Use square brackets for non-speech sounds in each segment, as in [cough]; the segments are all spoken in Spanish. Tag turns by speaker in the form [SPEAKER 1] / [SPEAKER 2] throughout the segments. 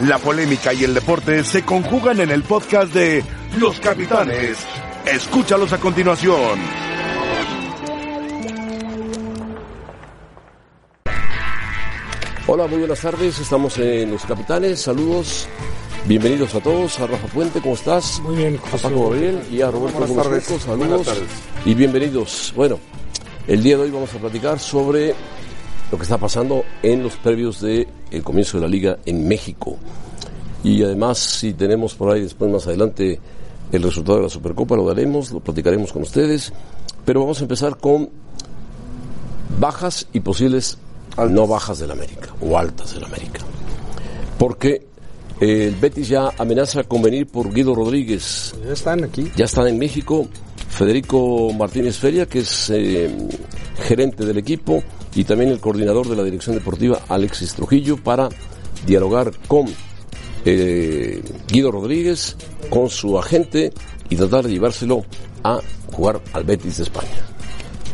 [SPEAKER 1] La polémica y el deporte se conjugan en el podcast de Los Capitanes. Escúchalos a continuación.
[SPEAKER 2] Hola, muy buenas tardes. Estamos en Los Capitanes. Saludos. Bienvenidos a todos. A Rafa Puente, ¿cómo estás?
[SPEAKER 3] Muy bien,
[SPEAKER 2] A Paco Gabriel y a Roberto
[SPEAKER 4] Buenas tardes.
[SPEAKER 2] Gómez Junco.
[SPEAKER 4] Buenas
[SPEAKER 2] Saludos
[SPEAKER 4] tardes.
[SPEAKER 2] y bienvenidos. Bueno, el día de hoy vamos a platicar sobre lo que está pasando en los previos del el comienzo de la liga en México. Y además, si tenemos por ahí después más adelante el resultado de la Supercopa, lo daremos, lo platicaremos con ustedes. Pero vamos a empezar con bajas y posibles no bajas del América o altas del América. Porque eh, el Betis ya amenaza con venir por Guido Rodríguez.
[SPEAKER 3] Ya están aquí.
[SPEAKER 2] Ya están en México Federico Martínez Feria, que es eh, gerente del equipo, y también el coordinador de la dirección deportiva, Alexis Trujillo, para dialogar con eh, Guido Rodríguez, con su agente, y tratar de llevárselo a jugar al Betis de España.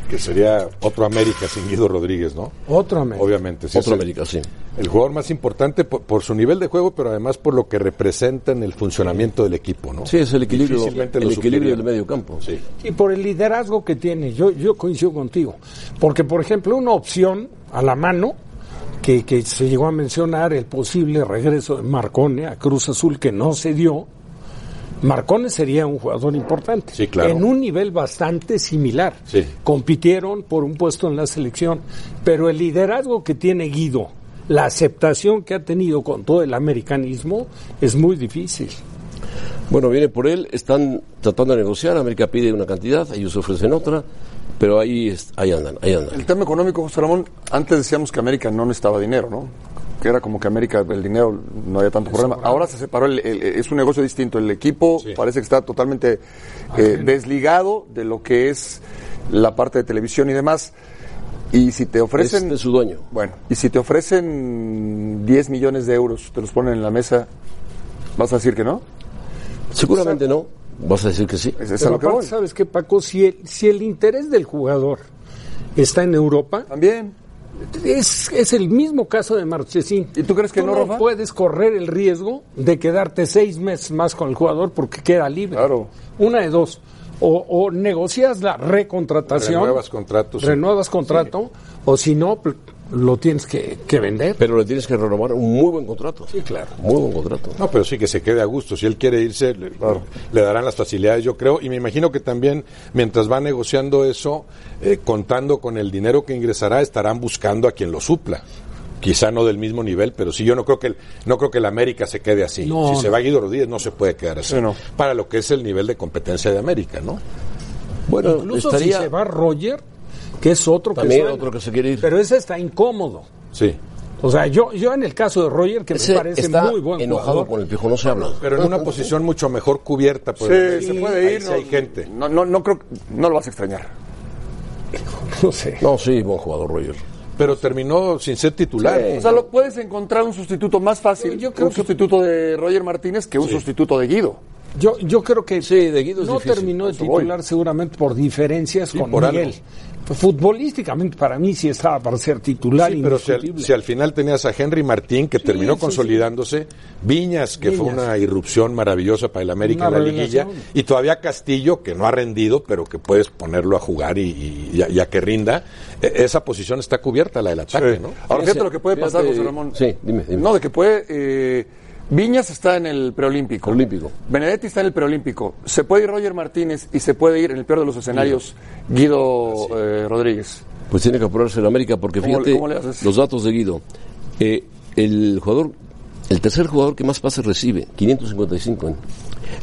[SPEAKER 4] Que sería otro América sin Guido Rodríguez, ¿no?
[SPEAKER 3] Otro América.
[SPEAKER 4] Obviamente. sí,
[SPEAKER 2] Otro
[SPEAKER 4] es el-
[SPEAKER 2] América, sí.
[SPEAKER 4] El jugador más importante por, por su nivel de juego, pero además por lo que representa en el funcionamiento del equipo, ¿no?
[SPEAKER 2] Sí, es el equilibrio,
[SPEAKER 4] Difícilmente lo
[SPEAKER 2] el equilibrio
[SPEAKER 4] supliría.
[SPEAKER 2] del medio campo.
[SPEAKER 4] Sí.
[SPEAKER 3] Y por el liderazgo que tiene, yo, yo coincido contigo. Porque, por ejemplo, una opción a la mano, que, que se llegó a mencionar el posible regreso de Marcone a Cruz Azul, que no se dio, Marcone sería un jugador importante.
[SPEAKER 4] Sí, claro.
[SPEAKER 3] En un nivel bastante similar.
[SPEAKER 4] Sí.
[SPEAKER 3] Compitieron por un puesto en la selección. Pero el liderazgo que tiene Guido, la aceptación que ha tenido con todo el americanismo, es muy difícil.
[SPEAKER 2] Bueno, viene por él, están tratando de negociar, América pide una cantidad, ellos ofrecen otra, pero ahí, es- ahí andan, ahí andan.
[SPEAKER 5] El tema económico, José Ramón, antes decíamos que América no necesitaba dinero, ¿no? Que era como que América, el dinero no había tanto problema. Ahora se separó, el- el- es un negocio distinto. El equipo parece que está totalmente eh, desligado de lo que es la parte de televisión y demás. Y si te
[SPEAKER 2] Es
[SPEAKER 5] ofrecen.
[SPEAKER 2] de su dueño.
[SPEAKER 5] Bueno, y si te ofrecen 10 millones de euros, te los ponen en la mesa, ¿vas a decir que no?
[SPEAKER 2] Seguramente no, vas a decir que sí.
[SPEAKER 5] Pues Es, es a
[SPEAKER 3] Pero
[SPEAKER 5] lo que
[SPEAKER 3] aparte,
[SPEAKER 5] voy.
[SPEAKER 3] ¿sabes qué, Paco? Si el, si el interés del jugador está en Europa,
[SPEAKER 5] También.
[SPEAKER 3] es, es el mismo caso de Marchesín.
[SPEAKER 5] ¿Y tú crees que no, Rafa?
[SPEAKER 3] puedes correr el riesgo de quedarte seis meses más con el jugador porque queda libre.
[SPEAKER 5] Claro.
[SPEAKER 3] Una de dos. O, o negocias la recontratación.
[SPEAKER 4] Renuevas contratos.
[SPEAKER 3] Renuevas contrato. O si no, pl- lo tienes que, que vender.
[SPEAKER 2] Pero le tienes que renovar un muy buen contrato.
[SPEAKER 3] Sí, claro.
[SPEAKER 2] Muy buen contrato.
[SPEAKER 4] No, pero sí que se quede a gusto. Si él quiere irse, le, le darán las facilidades, yo creo. Y me imagino que también, mientras va negociando eso, eh, contando con el dinero que ingresará, estarán buscando a quien lo supla. Quizá no del mismo nivel, pero sí, yo no creo que el, no creo que el América se quede así.
[SPEAKER 3] No,
[SPEAKER 4] si se
[SPEAKER 3] no.
[SPEAKER 4] va Guido Rodríguez, no se puede quedar así.
[SPEAKER 5] Sí, no.
[SPEAKER 4] Para lo que es el nivel de competencia de América, ¿no?
[SPEAKER 2] Bueno,
[SPEAKER 3] Incluso
[SPEAKER 2] estaría
[SPEAKER 3] si se va Roger, que es otro
[SPEAKER 2] También
[SPEAKER 3] que suena.
[SPEAKER 2] otro que se quiere ir.
[SPEAKER 3] Pero ese está incómodo.
[SPEAKER 4] Sí.
[SPEAKER 3] O sea, yo, yo en el caso de Roger, que
[SPEAKER 2] ese
[SPEAKER 3] me parece
[SPEAKER 2] está
[SPEAKER 3] muy buen
[SPEAKER 2] enojado
[SPEAKER 3] jugador,
[SPEAKER 2] con el piojo, no se habla.
[SPEAKER 4] Pero en
[SPEAKER 3] [laughs]
[SPEAKER 4] una posición mucho mejor cubierta por el
[SPEAKER 5] Sí,
[SPEAKER 4] América.
[SPEAKER 5] se puede
[SPEAKER 4] Ahí
[SPEAKER 5] ir.
[SPEAKER 4] sí hay gente.
[SPEAKER 5] No, no, no creo, no lo vas a extrañar.
[SPEAKER 4] [laughs]
[SPEAKER 3] no sé.
[SPEAKER 2] No, sí, buen jugador, Roger.
[SPEAKER 4] Pero terminó sin ser titular.
[SPEAKER 5] O sea, lo puedes encontrar un sustituto más fácil,
[SPEAKER 3] Yo- yo creo
[SPEAKER 5] un
[SPEAKER 3] que-
[SPEAKER 5] sustituto de Roger Martínez que un sustituto de Guido.
[SPEAKER 3] Yo, yo creo que
[SPEAKER 2] Sí, de Guido es
[SPEAKER 3] no
[SPEAKER 2] difícil,
[SPEAKER 3] terminó de
[SPEAKER 5] eso voy.
[SPEAKER 3] titular seguramente por diferencias con
[SPEAKER 4] por
[SPEAKER 3] Miguel. Futbolísticamente para mí sí estaba para ser titular
[SPEAKER 4] Sí, pero si al,
[SPEAKER 3] indiscutible.
[SPEAKER 4] si al final tenías a Henry Martín, que terminó
[SPEAKER 3] sí,
[SPEAKER 4] consolidándose, Viñas, que fue
[SPEAKER 3] Viñas.
[SPEAKER 4] una irrupción maravillosa para el América
[SPEAKER 3] Una
[SPEAKER 4] en la liguilla,
[SPEAKER 3] revelación.
[SPEAKER 4] y todavía Castillo, que no ha rendido, pero que puedes ponerlo a jugar y, y a, y a que rinda, E- esa posición está cubierta, la del ataque, ¿no?
[SPEAKER 5] Ahora,
[SPEAKER 2] Fíjese,
[SPEAKER 5] fíjate lo que puede pasar,
[SPEAKER 2] fíjate,
[SPEAKER 5] José Ramón.
[SPEAKER 2] sí, dime, dime.
[SPEAKER 5] No, de que puede. eh, Viñas está en el preolímpico.
[SPEAKER 2] Olímpico.
[SPEAKER 5] Benedetti está en el preolímpico. Se puede ir Roger Martínez y se puede ir, en el peor de los escenarios, Guido eh, Rodríguez.
[SPEAKER 2] Pues tiene que apurarse el América porque
[SPEAKER 5] ¿Cómo le-
[SPEAKER 2] fíjate
[SPEAKER 5] cómo le haces?
[SPEAKER 2] los datos de Guido. Eh, el jugador, el tercer jugador que más pases recibe, 555 en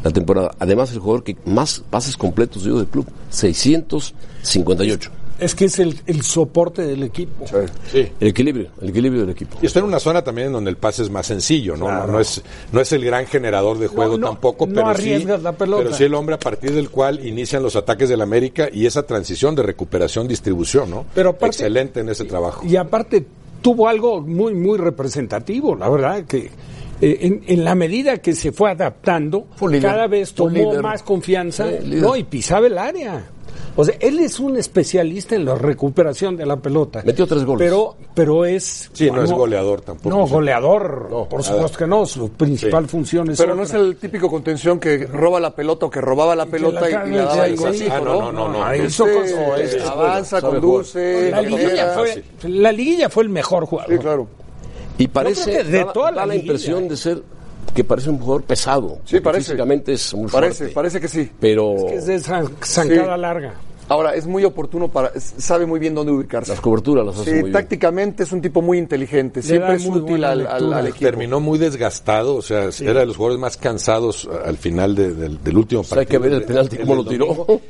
[SPEAKER 2] la temporada. Además el jugador que más pases completos dio del club, 658.
[SPEAKER 3] Es que es el, el soporte del equipo.
[SPEAKER 4] Sí.
[SPEAKER 2] El equilibrio, el equilibrio del equipo.
[SPEAKER 4] Y está en una zona también en donde el pase es más sencillo, ¿no? No, no es, no es el gran generador de juego
[SPEAKER 3] no,
[SPEAKER 4] tampoco,
[SPEAKER 3] no
[SPEAKER 4] pero,
[SPEAKER 3] arriesgas
[SPEAKER 4] sí,
[SPEAKER 3] la pelota.
[SPEAKER 4] pero sí el hombre a partir del cual inician los ataques del América y esa transición de recuperación-distribución, ¿no?
[SPEAKER 3] Pero aparte-
[SPEAKER 4] Excelente en ese trabajo.
[SPEAKER 3] Y aparte tuvo algo muy, muy representativo, la verdad, que eh, en, en la medida que se fue adaptando,
[SPEAKER 2] Fue un líder,
[SPEAKER 3] cada vez
[SPEAKER 2] fue un
[SPEAKER 3] tomó
[SPEAKER 2] líder.
[SPEAKER 3] más confianza
[SPEAKER 2] Sí, líder.
[SPEAKER 3] no, y pisaba el área. O sea, él es un especialista en la recuperación de la pelota.
[SPEAKER 2] Metió tres goles.
[SPEAKER 3] Pero, pero es.
[SPEAKER 4] Sí, no es goleador tampoco.
[SPEAKER 3] No, goleador, por supuesto que no. Su principal
[SPEAKER 4] Sí.
[SPEAKER 3] función es.
[SPEAKER 5] Pero no es
[SPEAKER 3] otra.
[SPEAKER 5] el típico contención que roba la pelota o que robaba la
[SPEAKER 3] que
[SPEAKER 5] pelota
[SPEAKER 3] la
[SPEAKER 5] y, y la
[SPEAKER 3] caga
[SPEAKER 5] daba
[SPEAKER 3] y
[SPEAKER 5] el
[SPEAKER 3] se
[SPEAKER 5] gol.
[SPEAKER 3] hizo,
[SPEAKER 5] Ah,
[SPEAKER 4] ¿no?
[SPEAKER 5] no, no,
[SPEAKER 4] No, no,
[SPEAKER 5] no.
[SPEAKER 4] no,
[SPEAKER 3] hizo
[SPEAKER 5] Este,
[SPEAKER 3] cosas. No,
[SPEAKER 2] este es
[SPEAKER 5] avanza,
[SPEAKER 2] bueno, sabe
[SPEAKER 5] conduce.
[SPEAKER 3] La liguilla,
[SPEAKER 5] genera.
[SPEAKER 3] fue, la liguilla fue el mejor jugador.
[SPEAKER 5] Sí, claro.
[SPEAKER 2] Y parece,
[SPEAKER 3] creo que de
[SPEAKER 2] da,
[SPEAKER 3] toda
[SPEAKER 2] da
[SPEAKER 3] la
[SPEAKER 2] la
[SPEAKER 3] liguilla,
[SPEAKER 2] impresión
[SPEAKER 3] ¿eh?
[SPEAKER 2] de ser, que parece un jugador pesado.
[SPEAKER 5] Sí,
[SPEAKER 2] porque
[SPEAKER 5] parece.
[SPEAKER 2] Físicamente es muy
[SPEAKER 5] Parece,
[SPEAKER 2] fuerte.
[SPEAKER 5] parece que sí.
[SPEAKER 2] Pero
[SPEAKER 3] Que Es de esa zancada larga.
[SPEAKER 5] Ahora, es muy oportuno para. Sabe muy bien dónde ubicarse.
[SPEAKER 2] las coberturas las hace
[SPEAKER 5] Sí,
[SPEAKER 2] muy bien.
[SPEAKER 5] tácticamente es un tipo muy inteligente.
[SPEAKER 3] da
[SPEAKER 5] Siempre es
[SPEAKER 3] muy
[SPEAKER 5] útil
[SPEAKER 3] buena
[SPEAKER 5] al, al-
[SPEAKER 3] lectura.
[SPEAKER 5] al equipo.
[SPEAKER 4] Terminó muy desgastado, o sea, era de los jugadores más cansados a- al final de- del, del último
[SPEAKER 2] O sea,
[SPEAKER 4] partido.
[SPEAKER 2] hay que ver el penalti, cómo lo
[SPEAKER 4] del
[SPEAKER 2] tiró.
[SPEAKER 4] domingo.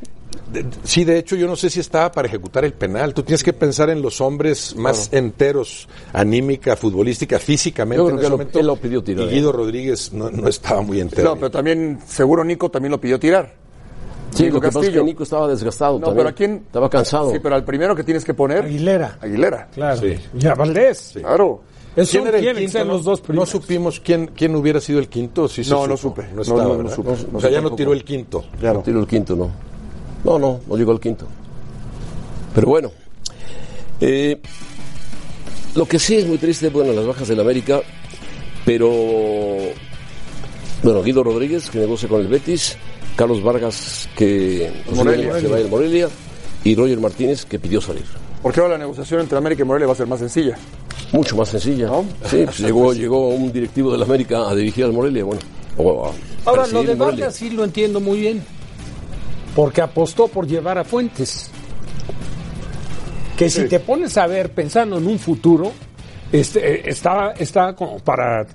[SPEAKER 4] De- Sí, de hecho, yo no sé si estaba para ejecutar el penal. Tú tienes que pensar en los hombres más enteros, anímica, futbolística, físicamente.
[SPEAKER 2] Yo creo
[SPEAKER 4] en
[SPEAKER 2] que
[SPEAKER 4] ese
[SPEAKER 2] lo-
[SPEAKER 4] momento.
[SPEAKER 2] él lo pidió tirar, ¿eh?
[SPEAKER 4] Y Guido Rodríguez no, no estaba muy entero.
[SPEAKER 5] No, pero también, seguro Nico también lo pidió tirar.
[SPEAKER 2] Sí,
[SPEAKER 5] Nico
[SPEAKER 2] lo que pasa es que
[SPEAKER 5] Castillo.
[SPEAKER 2] Nico estaba desgastado
[SPEAKER 5] No,
[SPEAKER 2] también.
[SPEAKER 5] pero ¿a quién?
[SPEAKER 2] Estaba cansado.
[SPEAKER 5] Sí, pero al primero que tienes que poner.
[SPEAKER 3] Aguilera.
[SPEAKER 5] Aguilera.
[SPEAKER 3] Claro.
[SPEAKER 4] Sí.
[SPEAKER 3] Y a Valdés.
[SPEAKER 5] Claro.
[SPEAKER 3] Eso tienen que
[SPEAKER 4] quinto?
[SPEAKER 3] ser
[SPEAKER 4] No-
[SPEAKER 3] los dos
[SPEAKER 4] no
[SPEAKER 3] primeros.
[SPEAKER 4] supimos quién, quién hubiera sido el quinto. Sí se
[SPEAKER 5] No, no
[SPEAKER 4] supo.
[SPEAKER 5] supe. No,
[SPEAKER 4] estaba,
[SPEAKER 5] no, no
[SPEAKER 4] ¿verdad?
[SPEAKER 5] supe.
[SPEAKER 4] O sea, ya no tiró el quinto.
[SPEAKER 2] No tiró el quinto, no. No, no, no llegó al quinto. Pero bueno. eh, lo que sí es muy triste, bueno, las bajas del América, pero. Bueno, Guido Rodríguez, que negocia con el Betis, Carlos Vargas, que pues,
[SPEAKER 5] Morelia.
[SPEAKER 2] se va del Morelia, y Roger Martínez, que pidió salir.
[SPEAKER 5] Porque ahora la negociación entre América y Morelia va a ser más sencilla.
[SPEAKER 2] Mucho más sencilla.
[SPEAKER 5] ¿No?
[SPEAKER 2] Sí,
[SPEAKER 5] [laughs]
[SPEAKER 2] pues llegó, llegó un directivo del América a dirigir al Morelia, bueno. o a
[SPEAKER 3] Ahora, lo
[SPEAKER 2] presidir
[SPEAKER 3] de
[SPEAKER 2] el Morelia.
[SPEAKER 3] Vargas sí lo entiendo muy bien. Porque apostó por llevar a Fuentes. Que si te pones a ver pensando en un futuro, este, eh, está, está como para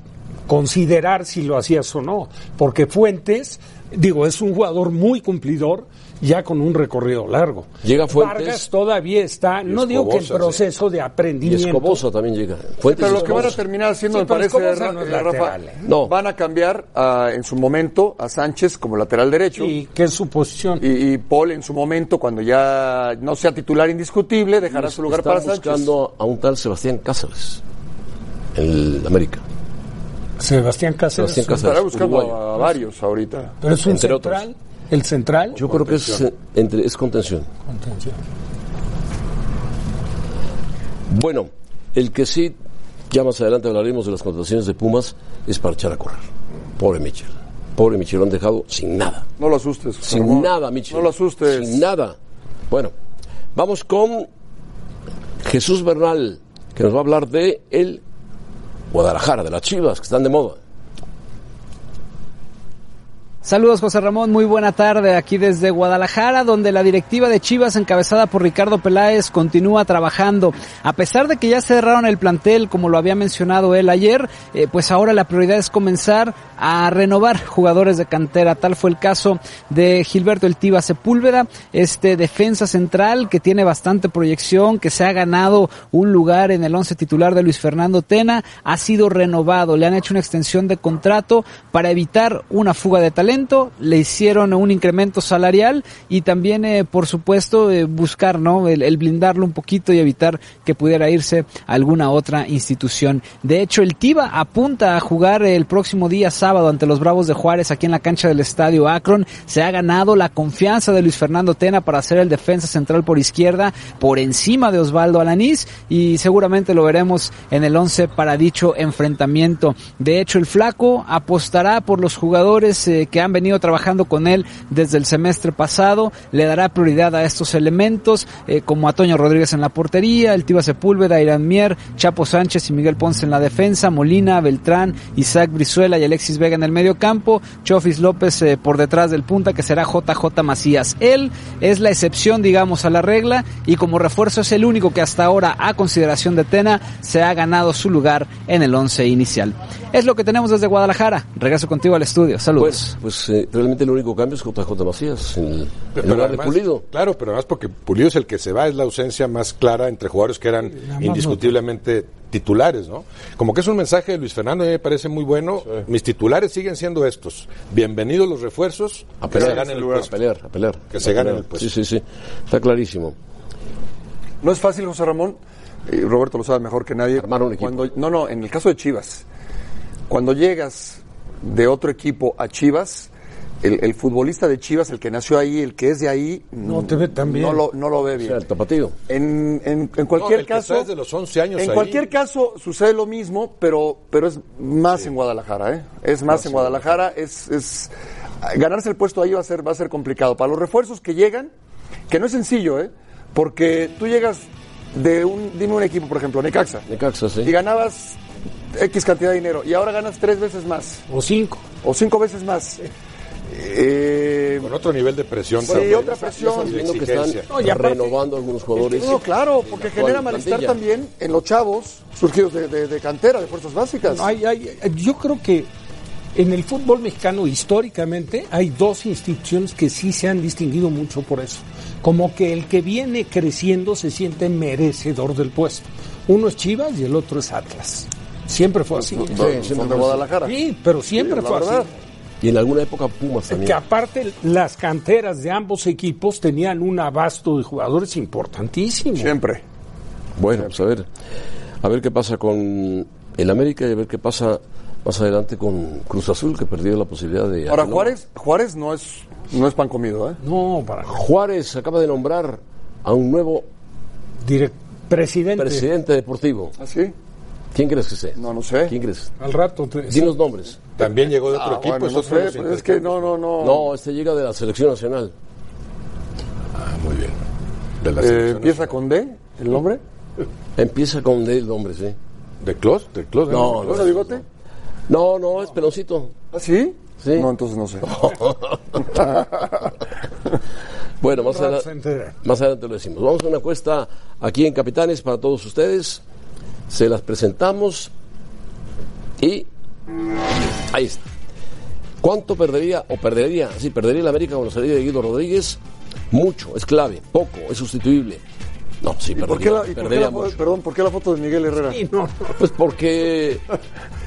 [SPEAKER 3] considerar si lo hacías o no. Porque Fuentes, digo, es un jugador muy cumplidor, ya con un recorrido largo.
[SPEAKER 2] Llega Fuentes.
[SPEAKER 3] Vargas todavía está, no digo que en
[SPEAKER 4] Escobosa, sí.
[SPEAKER 3] proceso de
[SPEAKER 2] Y
[SPEAKER 3] aprendimiento.
[SPEAKER 2] Escobosa también llega. Fuentes
[SPEAKER 5] Pero lo que
[SPEAKER 2] Escobosa.
[SPEAKER 5] van a terminar haciendo,
[SPEAKER 3] Sí,
[SPEAKER 5] me
[SPEAKER 3] pero
[SPEAKER 5] parece,
[SPEAKER 3] Escobosa
[SPEAKER 5] Ra-
[SPEAKER 3] no es
[SPEAKER 5] eh, Rafa,
[SPEAKER 3] lateral, ¿eh?
[SPEAKER 2] No.
[SPEAKER 5] van a cambiar a- en su momento a Sánchez como lateral derecho.
[SPEAKER 3] Y que es su posición.
[SPEAKER 5] Y, y Paul en su momento, cuando ya no sea titular indiscutible, dejará su lugar
[SPEAKER 2] Están
[SPEAKER 5] para Sánchez.
[SPEAKER 2] buscando a un tal Sebastián Cáceres, el América.
[SPEAKER 3] Sebastián Cáceres.
[SPEAKER 2] Sebastián Cáceres.
[SPEAKER 5] Estará buscando
[SPEAKER 2] uruguayo.
[SPEAKER 5] a varios ahorita.
[SPEAKER 3] Pero es un
[SPEAKER 2] Entre otros.
[SPEAKER 3] central. El central.
[SPEAKER 2] Yo creo que es, eh, entre, es contención. Bueno, el que sí, ya más adelante hablaremos de las contrataciones de Pumas, es para echar a correr. Pobre Mitchell. Pobre Mitchell, lo han dejado sin nada.
[SPEAKER 5] No lo asustes. José
[SPEAKER 2] Sin
[SPEAKER 5] Ramón.
[SPEAKER 2] nada, Michel.
[SPEAKER 5] No lo asustes.
[SPEAKER 2] Sin nada. Bueno, vamos con Jesús Bernal, que nos va a hablar de el Guadalajara, de las Chivas, que están de moda.
[SPEAKER 6] Saludos José Ramón, muy buena tarde aquí desde Guadalajara, donde la directiva de Chivas encabezada por Ricardo Peláez continúa trabajando. A pesar de que ya cerraron el plantel, como lo había mencionado él ayer, eh, pues ahora la prioridad es comenzar a renovar jugadores de cantera. Tal fue el caso de Gilberto El Tiva Sepúlveda, este defensa central que tiene bastante proyección, que se ha ganado un lugar en el once titular de Luis Fernando Tena, ha sido renovado, le han hecho una extensión de contrato para evitar una fuga de talento, le hicieron un incremento salarial y también, eh, por supuesto, eh, buscar, ¿no? El, el blindarlo un poquito y evitar que pudiera irse a alguna otra institución. De hecho, el Tiva apunta a jugar el próximo día sábado ante los Bravos de Juárez aquí en la cancha del Estadio Akron. Se ha ganado la confianza de Luis Fernando Tena para ser el defensa central por izquierda por encima de Osvaldo Alanís y seguramente lo veremos en el 11 para dicho enfrentamiento. De hecho, el flaco apostará por los jugadores eh, que han venido trabajando con él desde el semestre pasado, le dará prioridad a estos elementos eh, como a Toño Rodríguez en la portería, el Tiva Sepúlveda, Irán Mier, Chapo Sánchez y Miguel Ponce en la defensa, Molina, Beltrán, Isaac Brizuela y Alexis Vega en el medio campo, Chofis López eh, por detrás del punta que será JJ Macías. Él es la excepción, digamos, a la regla y como refuerzo es el único que hasta ahora, a consideración de Tena, se ha ganado su lugar en el once inicial. Es lo que tenemos desde Guadalajara. Regreso contigo al estudio. Saludos.
[SPEAKER 2] Pues, pues eh, realmente el único cambio es JJ Macías, en, el- en
[SPEAKER 4] Pero
[SPEAKER 2] lugar
[SPEAKER 4] además-
[SPEAKER 2] de Pulido.
[SPEAKER 4] Claro, pero además porque Pulido es el que se va, es la ausencia más clara entre jugadores que eran indiscutiblemente titulares, ¿no? Como que es un mensaje de Luis Fernando, a mí me parece muy bueno. Mis titulares siguen siendo estos. Bienvenidos los refuerzos, pues,
[SPEAKER 2] A
[SPEAKER 4] que se
[SPEAKER 2] pelear,
[SPEAKER 4] ganen el
[SPEAKER 2] a
[SPEAKER 4] puesto.
[SPEAKER 2] pelear, a pelear.
[SPEAKER 4] Que se
[SPEAKER 2] A
[SPEAKER 4] ganen
[SPEAKER 2] pelear.
[SPEAKER 4] el puesto.
[SPEAKER 2] Sí, sí, sí. Está clarísimo.
[SPEAKER 5] No es fácil, José Ramón. Eh, Roberto lo sabe mejor que nadie.
[SPEAKER 2] Armar un equipo.
[SPEAKER 5] Cuando- no, no, en el caso de Chivas, cuando llegas de otro equipo a Chivas, el, el futbolista de Chivas, el que nació ahí, el que es de ahí,
[SPEAKER 3] No te ve tan bien.
[SPEAKER 5] no lo, no lo ve
[SPEAKER 2] O
[SPEAKER 5] bien.
[SPEAKER 2] sea, el tapatío.
[SPEAKER 5] En, en, en cualquier
[SPEAKER 4] el que está
[SPEAKER 5] caso.
[SPEAKER 4] desde los 11 años
[SPEAKER 5] En
[SPEAKER 4] ahí.
[SPEAKER 5] cualquier caso sucede lo mismo, pero, pero es más en Guadalajara, ¿eh? Es más en Guadalajara, es, es ganarse el puesto ahí va a ser, va a ser complicado. Para los refuerzos que llegan, que no es sencillo, ¿eh? Porque tú llegas de un, dime un equipo, por ejemplo, Necaxa,
[SPEAKER 2] Necaxa, sí.
[SPEAKER 5] y ganabas X cantidad de dinero, y ahora ganas tres veces más,
[SPEAKER 3] O cinco.
[SPEAKER 5] o cinco veces más. Eh,
[SPEAKER 4] Con otro nivel de presión. pues,
[SPEAKER 5] Sí,
[SPEAKER 4] también.
[SPEAKER 5] otra presión.
[SPEAKER 4] Y
[SPEAKER 2] Viendo que están
[SPEAKER 4] exigencia.
[SPEAKER 5] No, y aparte-
[SPEAKER 2] renovando algunos jugadores.
[SPEAKER 5] No, claro, porque
[SPEAKER 2] la
[SPEAKER 5] genera
[SPEAKER 2] actual
[SPEAKER 5] malestar
[SPEAKER 2] plantilla.
[SPEAKER 5] también en los chavos surgidos de, de- de cantera, de fuerzas básicas.
[SPEAKER 3] Hay- hay- yo creo que en el fútbol mexicano históricamente hay dos instituciones que sí se han distinguido mucho por eso. Como que el que viene creciendo se siente merecedor del puesto. Uno es Chivas y el otro es Atlas. Siempre fue así.
[SPEAKER 5] Sí, Pues, son de Guadalajara.
[SPEAKER 3] Sí, pero siempre
[SPEAKER 5] Sí, la
[SPEAKER 3] fue
[SPEAKER 5] verdad.
[SPEAKER 3] así.
[SPEAKER 2] Y en alguna época Pumas
[SPEAKER 3] Que
[SPEAKER 2] también.
[SPEAKER 3] aparte las canteras de ambos equipos tenían un abasto de jugadores importantísimo.
[SPEAKER 5] Siempre.
[SPEAKER 2] Bueno, pues a ver, a ver qué pasa con el América y a ver qué pasa más adelante con Cruz Azul, que perdió la posibilidad de...
[SPEAKER 5] Ahora,
[SPEAKER 2] no,
[SPEAKER 5] Juárez, Juárez no es no es pan comido, ¿eh?
[SPEAKER 3] No, para
[SPEAKER 2] Juárez acaba de nombrar a un nuevo
[SPEAKER 3] direct- presidente.
[SPEAKER 2] presidente deportivo.
[SPEAKER 5] ¿Ah, sí?
[SPEAKER 2] ¿Quién crees que sea?
[SPEAKER 5] No, no sé.
[SPEAKER 2] ¿Quién crees?
[SPEAKER 3] Al rato te-
[SPEAKER 2] Dinos nombres.
[SPEAKER 4] También llegó de
[SPEAKER 5] Ah,
[SPEAKER 4] otro equipo.
[SPEAKER 5] bueno, no
[SPEAKER 4] esos fueron
[SPEAKER 5] sé,
[SPEAKER 4] los
[SPEAKER 5] pero es que no, no, no.
[SPEAKER 2] No, este llega de la selección nacional.
[SPEAKER 4] Ah, muy bien. De la
[SPEAKER 5] Eh,
[SPEAKER 4] selección
[SPEAKER 5] ¿Empieza con D el nombre?
[SPEAKER 2] Empieza con D el nombre, sí.
[SPEAKER 4] nacional. ¿De Clos? ¿De Clos?
[SPEAKER 2] No,
[SPEAKER 5] ¿Rosa
[SPEAKER 2] no.
[SPEAKER 5] Bigote?
[SPEAKER 2] No, no,
[SPEAKER 5] [laughs]
[SPEAKER 2] es peloncito.
[SPEAKER 5] ¿Ah, sí?
[SPEAKER 2] Sí.
[SPEAKER 5] No, entonces no sé.
[SPEAKER 2] Bueno, más
[SPEAKER 3] Rato se
[SPEAKER 2] adelante,
[SPEAKER 3] entera.
[SPEAKER 2] más adelante lo decimos. Vamos a una encuesta aquí en Capitanes para todos ustedes. Se las presentamos y ahí está. ¿Cuánto perdería o perdería? Sí, perdería el América con la salida de Guido Rodríguez. Mucho, es clave, poco, es sustituible. No, sí, perdería,
[SPEAKER 5] ¿Por qué la, y por qué
[SPEAKER 2] perdería
[SPEAKER 5] la fo-
[SPEAKER 2] mucho.
[SPEAKER 5] perdón, ¿por qué la foto de Miguel Herrera?
[SPEAKER 3] Sí, no, no.
[SPEAKER 2] Pues
[SPEAKER 5] [laughs]
[SPEAKER 2] porque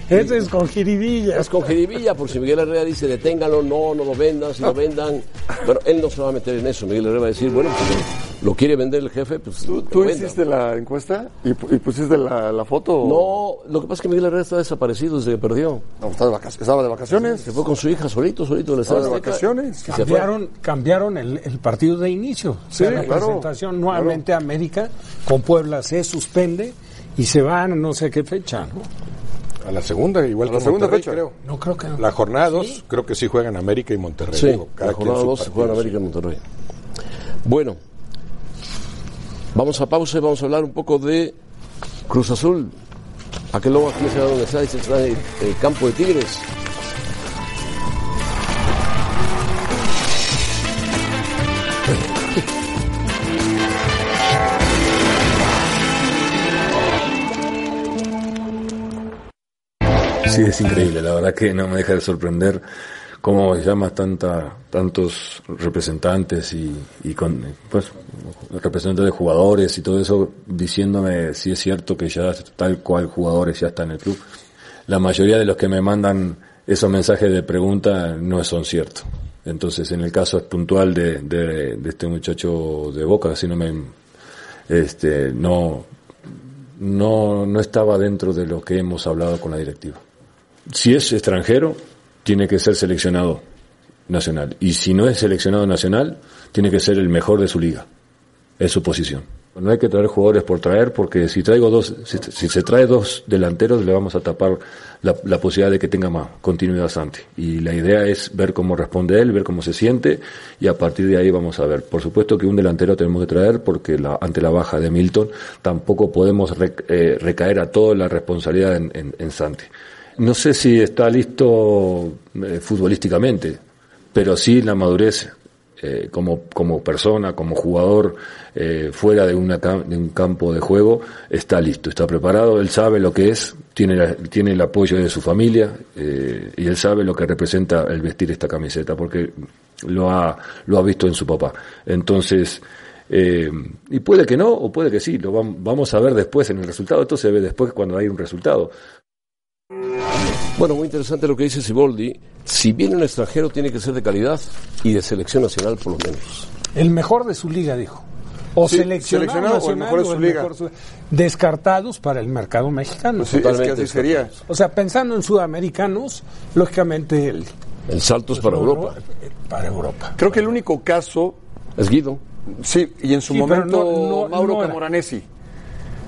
[SPEAKER 3] Ese es con jiribilla.
[SPEAKER 2] es con jiribilla, por si Miguel Herrera dice deténganlo, no, no lo vendan, si lo vendan. Bueno, él no se va a meter en eso. Miguel Herrera va a decir, bueno, pues, lo quiere vender el jefe, pues
[SPEAKER 5] ¿Tú,
[SPEAKER 2] que
[SPEAKER 5] tú
[SPEAKER 2] lo venda.
[SPEAKER 5] hiciste la encuesta y, pu- y pusiste la, la foto?
[SPEAKER 2] No, lo que pasa es que Miguel Herrera está desaparecido desde que perdió.
[SPEAKER 5] No, estaba de, vacac- estaba de vacaciones.
[SPEAKER 2] Se fue con su hija solito, solito del Estadio
[SPEAKER 5] Ahora de
[SPEAKER 2] Azteca.
[SPEAKER 5] vacaciones.
[SPEAKER 2] Y se fue.
[SPEAKER 3] Cambiaron, cambiaron el, el partido de inicio. O sea,
[SPEAKER 5] Sí,
[SPEAKER 3] la
[SPEAKER 5] claro,
[SPEAKER 3] presentación nuevamente a América con Puebla se suspende y se van a no sé qué fecha. No,
[SPEAKER 4] A la segunda, igual
[SPEAKER 5] A
[SPEAKER 4] que
[SPEAKER 5] la segunda
[SPEAKER 4] Monterrey,
[SPEAKER 5] fecha.
[SPEAKER 4] creo.
[SPEAKER 3] No creo que no.
[SPEAKER 4] La jornada 2, creo que sí juegan América y Monterrey.
[SPEAKER 2] Sí,
[SPEAKER 4] digo, cada
[SPEAKER 2] la
[SPEAKER 4] quien
[SPEAKER 2] jornada
[SPEAKER 4] su
[SPEAKER 2] 2 se juega en
[SPEAKER 4] partido,
[SPEAKER 2] América y Monterrey. Bueno, vamos a pausa y vamos a hablar un poco de Cruz Azul. Aquel lobo aquí se va donde está y se está en el- el campo de Tigres.
[SPEAKER 7] Sí, es increíble, la verdad que no me deja de sorprender cómo llamas tanta, tantos representantes y, y con, pues, representantes de jugadores y todo eso diciéndome si es cierto que ya tal cual jugadores ya está en el club. La mayoría de los que me mandan esos mensajes de pregunta no son ciertos. Entonces, en el caso puntual de, de, de este muchacho de Boca, si no me, este, no, no, no estaba dentro de lo que hemos hablado con la directiva. Si es extranjero, tiene que ser seleccionado nacional. Y si no es seleccionado nacional, tiene que ser el mejor de su liga. Es su posición. No hay que traer jugadores por traer, porque si traigo dos, si, si se trae dos delanteros, le vamos a tapar la, la posibilidad de que tenga más continuidad Santi. Y la idea es ver cómo responde él, ver cómo se siente, y a partir de ahí vamos a ver. Por supuesto que un delantero tenemos que traer, porque la- ante la baja de Milton, tampoco podemos re- eh, recaer a toda la responsabilidad en, en- en Santi. No sé si está listo eh, futbolísticamente, pero sí la madurez eh, como, como persona, como jugador, eh, fuera de, una cam- de un campo de juego, está listo, está preparado, él sabe lo que es, tiene, la- tiene el apoyo de su familia eh, y él sabe lo que representa el vestir esta camiseta, porque lo ha, lo ha visto en su papá. Entonces, eh, y puede que no, o puede que sí, lo vam- vamos a ver después en el resultado, esto se ve después cuando hay un resultado.
[SPEAKER 2] Bueno, muy interesante lo que dice Siboldi. Si viene un extranjero, tiene que ser de calidad y de selección nacional, por lo menos.
[SPEAKER 3] El mejor de su liga, dijo. O
[SPEAKER 5] Sí,
[SPEAKER 3] seleccionado,
[SPEAKER 5] seleccionado o el
[SPEAKER 3] nacional
[SPEAKER 5] mejor de su liga. Pues
[SPEAKER 3] su- descartados para el mercado mexicano.
[SPEAKER 5] Sí, es que
[SPEAKER 2] Totalmente
[SPEAKER 5] así sería.
[SPEAKER 3] O sea, pensando en sudamericanos, lógicamente el,
[SPEAKER 2] El salto es
[SPEAKER 3] Pues
[SPEAKER 2] para Europa.
[SPEAKER 3] Para Europa.
[SPEAKER 5] Creo que el único caso,
[SPEAKER 2] Es Guido.
[SPEAKER 5] sí, y en su
[SPEAKER 3] Sí, pero
[SPEAKER 5] momento
[SPEAKER 3] no- no-
[SPEAKER 5] Mauro
[SPEAKER 3] no era.
[SPEAKER 5] Camoranesi.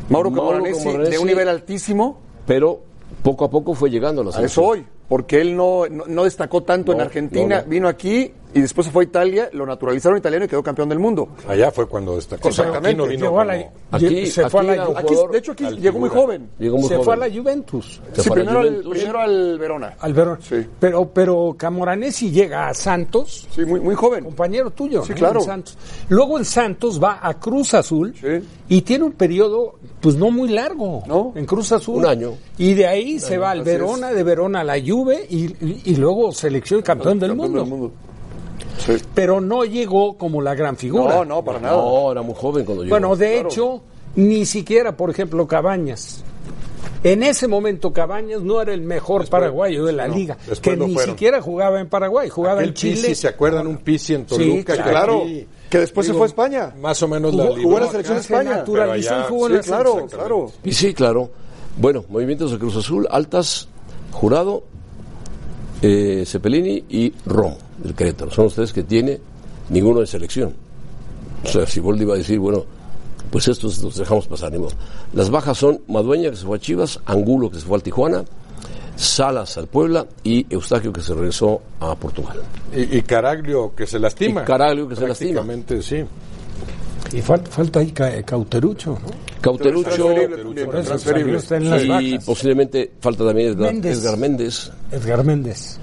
[SPEAKER 5] Mauro
[SPEAKER 2] Mauro
[SPEAKER 5] Camoranesi, de
[SPEAKER 2] Camoranesi.
[SPEAKER 5] un nivel altísimo,
[SPEAKER 2] Pero poco a poco fue llegando a la
[SPEAKER 5] a
[SPEAKER 2] selección.
[SPEAKER 5] eso hoy, porque él no, no, no destacó tanto
[SPEAKER 2] No,
[SPEAKER 5] en Argentina,
[SPEAKER 2] no, no.
[SPEAKER 5] vino aquí y después se fue a Italia, lo naturalizaron italiano y quedó campeón del mundo.
[SPEAKER 4] Allá fue cuando destacó.
[SPEAKER 5] Exactamente.
[SPEAKER 4] Aquí no vino
[SPEAKER 3] Llegó a la-
[SPEAKER 4] como-
[SPEAKER 2] Aquí-
[SPEAKER 3] se fue a la,
[SPEAKER 2] aquí era un
[SPEAKER 5] Aquí,
[SPEAKER 2] jugador
[SPEAKER 5] de hecho, aquí
[SPEAKER 4] al
[SPEAKER 5] llegó muy
[SPEAKER 4] figura.
[SPEAKER 5] joven.
[SPEAKER 2] Llegó muy
[SPEAKER 3] se
[SPEAKER 2] joven.
[SPEAKER 3] fue a la Juventus.
[SPEAKER 2] Se
[SPEAKER 5] Sí,
[SPEAKER 2] fue a la
[SPEAKER 5] primero al,
[SPEAKER 2] Juventus.
[SPEAKER 5] primero al Verona.
[SPEAKER 3] Al Verón.
[SPEAKER 5] Sí.
[SPEAKER 3] Pero, pero Camoranesi llega a Santos,
[SPEAKER 5] Sí, muy, muy joven.
[SPEAKER 3] compañero tuyo,
[SPEAKER 5] Sí,
[SPEAKER 3] ¿no?
[SPEAKER 5] claro.
[SPEAKER 3] El Santos. Luego el Santos va a Cruz Azul
[SPEAKER 5] Sí.
[SPEAKER 3] y tiene un periodo, pues no muy largo,
[SPEAKER 5] No.
[SPEAKER 3] en Cruz Azul.
[SPEAKER 2] Un año.
[SPEAKER 3] Y de ahí se va al
[SPEAKER 5] así es.
[SPEAKER 3] Verona, de Verona a la Juve y, y- y luego selección campeón, del,
[SPEAKER 5] Campeón
[SPEAKER 3] mundo.
[SPEAKER 5] Sí.
[SPEAKER 3] Pero no llegó como la gran figura.
[SPEAKER 5] No, no, para nada.
[SPEAKER 2] No, era muy joven cuando llegó. Ah,
[SPEAKER 3] Bueno, de hecho, ni siquiera, por ejemplo, Cabañas. En ese momento Cabañas no era el mejor paraguayo de la liga,
[SPEAKER 4] después
[SPEAKER 3] que
[SPEAKER 4] lo
[SPEAKER 3] ni
[SPEAKER 4] fueron.
[SPEAKER 3] siquién siquiera jugaba en Paraguay, jugaba
[SPEAKER 4] El
[SPEAKER 3] en Chile.
[SPEAKER 4] Pisi, ¿se acuerdan? Un Pisi en Toluca.
[SPEAKER 3] Sí,
[SPEAKER 4] que
[SPEAKER 5] Claro,
[SPEAKER 4] aquí
[SPEAKER 5] que después se
[SPEAKER 4] Digo,
[SPEAKER 5] fue a España.
[SPEAKER 4] Más o menos la
[SPEAKER 3] Jugó-
[SPEAKER 4] libró
[SPEAKER 5] jugó en la
[SPEAKER 4] acá.
[SPEAKER 5] selección
[SPEAKER 3] Se
[SPEAKER 5] España.
[SPEAKER 3] naturalizó
[SPEAKER 4] Pero
[SPEAKER 3] y
[SPEAKER 4] allá-
[SPEAKER 3] jugó en
[SPEAKER 5] Sí,
[SPEAKER 3] la selección.
[SPEAKER 5] claro, claro.
[SPEAKER 2] Y sí, claro. Bueno, movimientos de Cruz Azul, Altas, Jurado, eh, Cepelini y Rom, del Querétaro. Son los tres que tiene ninguno de selección. O sea, Siboldi iba a decir, bueno, pues estos los dejamos pasar, ni modo. Las bajas son Madueña, que se fue a Chivas, Angulo, que se fue al Tijuana, Salas al Puebla y Eustaquio, que se regresó a Portugal.
[SPEAKER 4] Y, y Caraglio que se lastima.
[SPEAKER 2] Y Caraglio, que se lastima.
[SPEAKER 4] Prácticamente, sí.
[SPEAKER 3] Y falta, falta ahí Ca- eh, Cauterucho, ¿no?
[SPEAKER 2] Cauterucho
[SPEAKER 5] Transferible también,
[SPEAKER 3] Por eso
[SPEAKER 5] transferible.
[SPEAKER 3] salió, está en las
[SPEAKER 2] y
[SPEAKER 3] bajas.
[SPEAKER 2] posiblemente falta también Edgar
[SPEAKER 3] Méndez.
[SPEAKER 2] Edgar Méndez.
[SPEAKER 3] Edgar Méndez.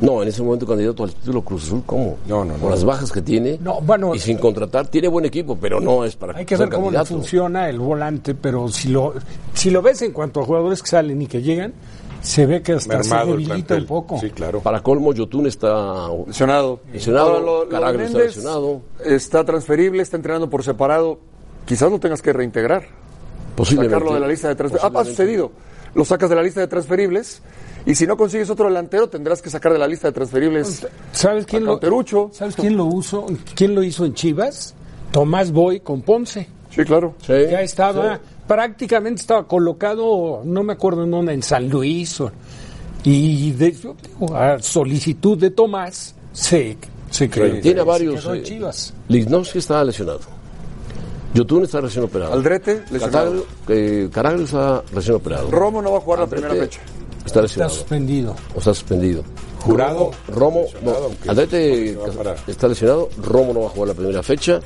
[SPEAKER 2] No, en ese momento candidato al título Cruz Azul, ¿cómo?
[SPEAKER 4] No, no, no.
[SPEAKER 2] Por las bajas que tiene.
[SPEAKER 3] No, bueno,
[SPEAKER 2] y sin contratar, tiene buen equipo, pero no es para
[SPEAKER 3] Hay que
[SPEAKER 2] ser
[SPEAKER 3] ver cómo le
[SPEAKER 2] candidato.
[SPEAKER 3] funciona el volante, pero si lo, si lo ves en cuanto a jugadores que salen y que llegan, se ve que hasta se
[SPEAKER 4] Mermado el
[SPEAKER 3] debilita
[SPEAKER 4] plantel.
[SPEAKER 3] un poco.
[SPEAKER 4] Sí, claro.
[SPEAKER 2] Para colmo, Yotun está
[SPEAKER 5] Lesionado.
[SPEAKER 2] Lesionado,
[SPEAKER 5] Ahora, lo- lo
[SPEAKER 2] Caraglio
[SPEAKER 5] de
[SPEAKER 2] está
[SPEAKER 5] Méndez
[SPEAKER 2] lesionado.
[SPEAKER 5] Está transferible, está entrenando por separado. Quizás lo tengas que reintegrar.
[SPEAKER 2] posiblemente.
[SPEAKER 5] Sacarlo de la lista de transferibles. Ah, ha
[SPEAKER 2] posiblemente.
[SPEAKER 5] sucedido. Lo sacas de la lista de transferibles y si no consigues otro delantero tendrás que sacar de la lista de transferibles.
[SPEAKER 3] ¿Sabes quién,
[SPEAKER 5] A
[SPEAKER 3] lo,
[SPEAKER 5] Cauterucho.
[SPEAKER 3] ¿Sabes quién lo usó? ¿Quién lo hizo en Chivas? Tomás Boy con Ponce.
[SPEAKER 5] Sí, claro.
[SPEAKER 2] Sí,
[SPEAKER 3] ya estaba, prácticamente estaba colocado, no me acuerdo en dónde, en San Luis. o- y de, yo digo, a solicitud de Tomás, se, se creó.
[SPEAKER 2] Tiene a varios.
[SPEAKER 3] Se quedó en
[SPEAKER 2] eh,
[SPEAKER 3] Chivas.
[SPEAKER 2] Lignovsky está lesionado. Yotun está recién operado.
[SPEAKER 5] Aldrete, lesionado.
[SPEAKER 2] Caraglio, eh, Caraglio está recién operado.
[SPEAKER 5] Romo no va a jugar la primera
[SPEAKER 2] Aldrete
[SPEAKER 5] fecha.
[SPEAKER 2] Está
[SPEAKER 3] Está
[SPEAKER 2] lesionado.
[SPEAKER 3] suspendido.
[SPEAKER 2] O está suspendido.
[SPEAKER 4] Jurado.
[SPEAKER 2] Romo, no,
[SPEAKER 4] aunque- aunque
[SPEAKER 2] Aldrete
[SPEAKER 4] se va a parar.
[SPEAKER 2] está lesionado, Romo no va a jugar la primera fecha.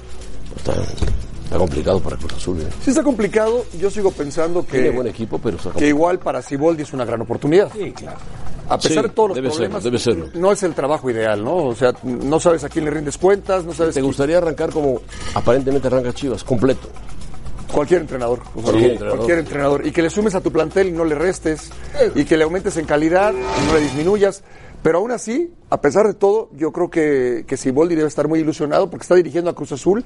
[SPEAKER 2] Está, está complicado para Cruz Azul. eh.
[SPEAKER 5] Si está complicado, yo sigo pensando
[SPEAKER 2] Tiene
[SPEAKER 5] que,
[SPEAKER 2] buen equipo, pero está
[SPEAKER 5] que
[SPEAKER 2] complicado.
[SPEAKER 5] igual para Siboldi es una gran oportunidad.
[SPEAKER 3] Sí, claro.
[SPEAKER 5] A pesar de
[SPEAKER 2] Sí,
[SPEAKER 5] todos los
[SPEAKER 2] debe serlo,
[SPEAKER 5] problemas,
[SPEAKER 2] debe serlo.
[SPEAKER 5] no es el trabajo ideal, ¿no? O sea, no sabes a quién le rindes cuentas, no sabes
[SPEAKER 2] ¿Te gustaría arrancar como aparentemente arranca Chivas, completo?
[SPEAKER 5] cualquier entrenador, o sea,
[SPEAKER 2] Cualquier
[SPEAKER 5] cualquier,
[SPEAKER 2] entrenador.
[SPEAKER 5] entrenador, y que le sumes a tu plantel y no le restes, y que le aumentes en calidad y no le disminuyas. Pero aún así, a pesar de todo, yo creo que, que Siboldi debe estar muy ilusionado porque está dirigiendo a Cruz Azul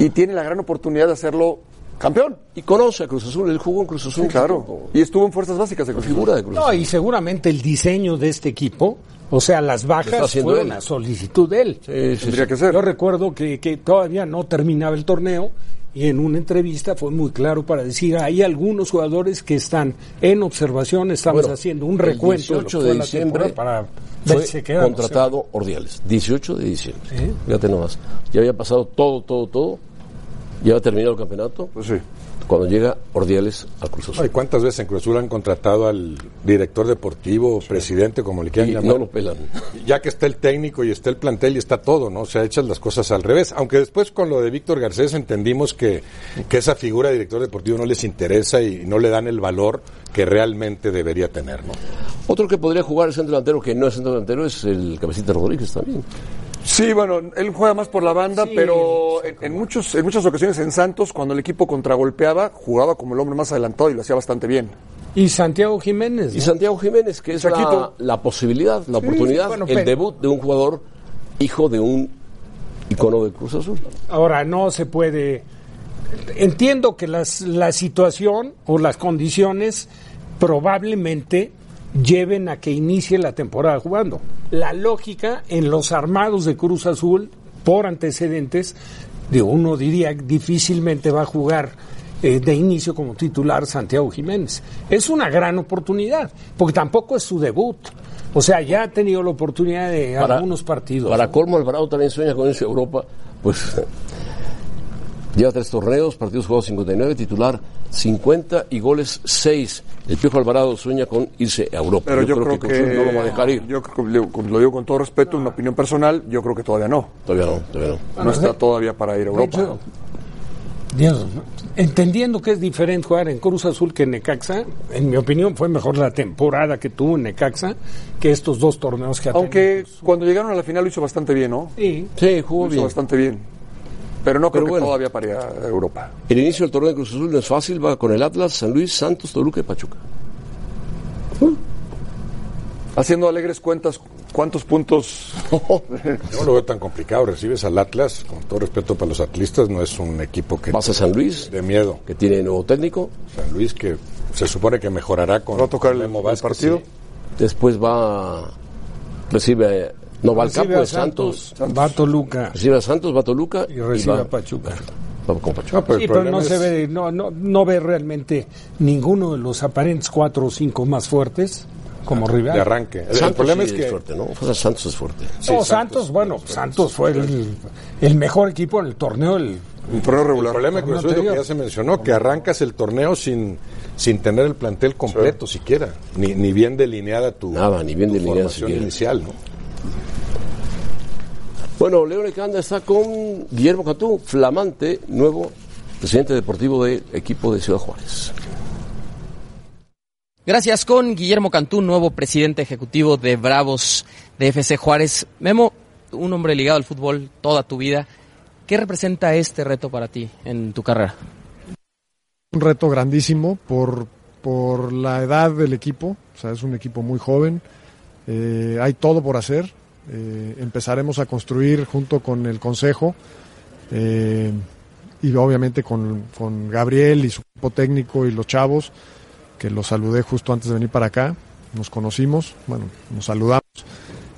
[SPEAKER 5] y tiene la gran oportunidad de hacerlo campeón.
[SPEAKER 2] Y conoce a Cruz Azul, él jugó en Cruz Azul.
[SPEAKER 5] claro. Y estuvo en fuerzas básicas de
[SPEAKER 2] La
[SPEAKER 5] Cruz Azul.
[SPEAKER 2] figura de Cruz
[SPEAKER 3] No,
[SPEAKER 2] Azul.
[SPEAKER 3] y seguramente el diseño de este equipo, o sea, las
[SPEAKER 2] está
[SPEAKER 3] bajas
[SPEAKER 2] haciendo
[SPEAKER 3] fueron
[SPEAKER 2] él.
[SPEAKER 3] a solicitud de él.
[SPEAKER 2] Sí, sí,
[SPEAKER 5] Tendría
[SPEAKER 2] sí.
[SPEAKER 5] que ser.
[SPEAKER 3] Yo recuerdo que, que todavía no terminaba el torneo y en una entrevista fue muy claro para decir, hay algunos jugadores que están en observación, estamos
[SPEAKER 2] Bueno,
[SPEAKER 3] haciendo un
[SPEAKER 2] el
[SPEAKER 3] recuento. lo que
[SPEAKER 2] 18
[SPEAKER 3] fue
[SPEAKER 2] de
[SPEAKER 3] la
[SPEAKER 2] diciembre
[SPEAKER 3] temporada para ver si se
[SPEAKER 2] Fue
[SPEAKER 3] quedan,
[SPEAKER 2] contratado Ordiales, 18 de diciembre. Fíjate nomás. Ya había pasado todo, todo, todo. Ya había terminado el campeonato.
[SPEAKER 5] Pues sí.
[SPEAKER 2] Cuando llega Ordiales al Cruz Azul.
[SPEAKER 4] Ay, ¿Cuántas veces en Cruz Azul han contratado al director deportivo, presidente, como le quieran
[SPEAKER 2] y
[SPEAKER 4] llamar?
[SPEAKER 2] no lo pelan.
[SPEAKER 4] Ya que está el técnico y está el plantel y está todo, ¿no? O sea, hechas las cosas al revés. Aunque después con lo de Víctor Garcés entendimos que, que esa figura de director deportivo no les interesa y no le dan el valor que realmente debería tener, ¿no?
[SPEAKER 2] Otro que podría jugar el centro delantero, que no es centro delantero, es el Cabecita Rodríguez también.
[SPEAKER 5] Sí, bueno, él juega más por la banda,
[SPEAKER 3] Sí,
[SPEAKER 5] pero en, en muchos, en muchas ocasiones en Santos, cuando el equipo contragolpeaba, jugaba como el hombre más adelantado y lo hacía bastante bien.
[SPEAKER 3] Y Santiago Jiménez.
[SPEAKER 2] Y
[SPEAKER 3] ¿no?
[SPEAKER 2] Santiago Jiménez, que es la,
[SPEAKER 5] Chaquito.
[SPEAKER 2] la posibilidad, la oportunidad,
[SPEAKER 3] bueno,
[SPEAKER 2] el
[SPEAKER 3] pero-
[SPEAKER 2] debut de un jugador hijo de un icono del Cruz Azul.
[SPEAKER 3] Ahora, no se puede. Entiendo que las, la situación o las condiciones probablemente lleven a que inicie la temporada jugando. La lógica en los armados de Cruz Azul, por antecedentes, de uno diría difícilmente va a jugar eh, de inicio como titular Santiago Jiménez. Es una gran oportunidad, porque tampoco es su debut. O sea, ya ha tenido la oportunidad de
[SPEAKER 2] Para-
[SPEAKER 3] algunos partidos.
[SPEAKER 2] Para colmo, Alvarado también sueña con irse a Europa. Pues lleva tres torneos, partidos jugados 59, titular 50 y goles 6. El Piojo Alvarado sueña con irse a Europa.
[SPEAKER 5] Pero yo, creo,
[SPEAKER 2] Cruz
[SPEAKER 5] que.
[SPEAKER 2] no lo va a dejar ir.
[SPEAKER 5] Yo creo que, digo, lo digo con todo respeto, una opinión personal, yo creo que todavía no.
[SPEAKER 2] Todavía no, todavía no.
[SPEAKER 5] No está todavía para ir a
[SPEAKER 3] De
[SPEAKER 5] Europa.
[SPEAKER 3] hecho, Dios, entendiendo que es diferente jugar en Cruz Azul que en Necaxa, en mi opinión fue mejor la temporada que tuvo en Necaxa que estos dos torneos que ha
[SPEAKER 5] Aunque cuando llegaron a la final lo hizo bastante bien, ¿no?
[SPEAKER 3] tenido. Sí.
[SPEAKER 2] Sí,
[SPEAKER 5] Lo
[SPEAKER 2] jugó
[SPEAKER 5] hizo
[SPEAKER 2] bien.
[SPEAKER 5] bastante bien. Pero no creo
[SPEAKER 2] Pero bueno.
[SPEAKER 5] que todavía para ir a Europa.
[SPEAKER 2] El inicio del torneo de Cruz Azul no es fácil, va con el Atlas, San Luis, Santos, Toluca y Pachuca.
[SPEAKER 5] ¿Mm? Haciendo alegres cuentas, ¿cuántos puntos?
[SPEAKER 4] Yo no lo veo tan complicado. Recibes al Atlas, con todo respeto para los atlistas, no es un equipo que
[SPEAKER 2] Vas a San Luis,
[SPEAKER 4] de miedo.
[SPEAKER 2] que tiene nuevo técnico.
[SPEAKER 4] San Luis que se supone que mejorará con
[SPEAKER 5] ¿Va a tocar el-
[SPEAKER 4] Memo
[SPEAKER 5] el
[SPEAKER 4] Vázquez,
[SPEAKER 5] partido?
[SPEAKER 4] sí.
[SPEAKER 2] Después va. Recibe. eh, No, va al campo
[SPEAKER 3] Recibe
[SPEAKER 2] de
[SPEAKER 3] a
[SPEAKER 2] Santos.
[SPEAKER 3] Va a Toluca
[SPEAKER 2] Recibe a Santos, va a Toluca.
[SPEAKER 3] y recibe
[SPEAKER 2] va-
[SPEAKER 3] a Pachuca.
[SPEAKER 2] va con Pachuca.
[SPEAKER 4] No, pero
[SPEAKER 3] Sí,
[SPEAKER 4] el
[SPEAKER 3] pero
[SPEAKER 4] problema
[SPEAKER 3] no
[SPEAKER 4] es-
[SPEAKER 3] se ve, no, no, no ve realmente ninguno de los aparentes cuatro o cinco más fuertes como rival.
[SPEAKER 4] de arranque. El- el
[SPEAKER 2] Santos
[SPEAKER 4] problema
[SPEAKER 2] sí
[SPEAKER 4] es que
[SPEAKER 2] fuerte, ¿no? O sea, Santos es fuerte.
[SPEAKER 3] No,
[SPEAKER 4] Sí,
[SPEAKER 3] Santos, bueno, Santos fue el, el mejor equipo en el torneo. El,
[SPEAKER 5] Un torneo
[SPEAKER 4] el
[SPEAKER 5] regular.
[SPEAKER 4] problema es
[SPEAKER 3] Torneo
[SPEAKER 4] que
[SPEAKER 3] anterior.
[SPEAKER 4] ya se mencionó, que arrancas el torneo sin, sin tener el plantel completo siquiera, ni, ni bien delineada tu,
[SPEAKER 2] Nada, ni bien
[SPEAKER 4] tu
[SPEAKER 2] delineada
[SPEAKER 4] formación
[SPEAKER 2] siquiera.
[SPEAKER 4] inicial. ¿no?
[SPEAKER 2] Bueno, León Lecanda está con Guillermo Cantú, flamante, nuevo presidente deportivo del equipo de Ciudad Juárez.
[SPEAKER 8] Gracias con Guillermo Cantú, nuevo presidente ejecutivo de Bravos de FC Juárez. Memo, un hombre ligado al fútbol toda tu vida. ¿Qué representa este reto para ti en tu carrera?
[SPEAKER 9] un reto grandísimo por, por la edad del equipo, o sea, es un equipo muy joven, Eh, hay todo por hacer, Eh, empezaremos a construir junto con el Consejo eh, y obviamente con, con Gabriel y su equipo técnico y los chavos, que los saludé justo antes de venir para acá, nos conocimos, bueno, nos saludamos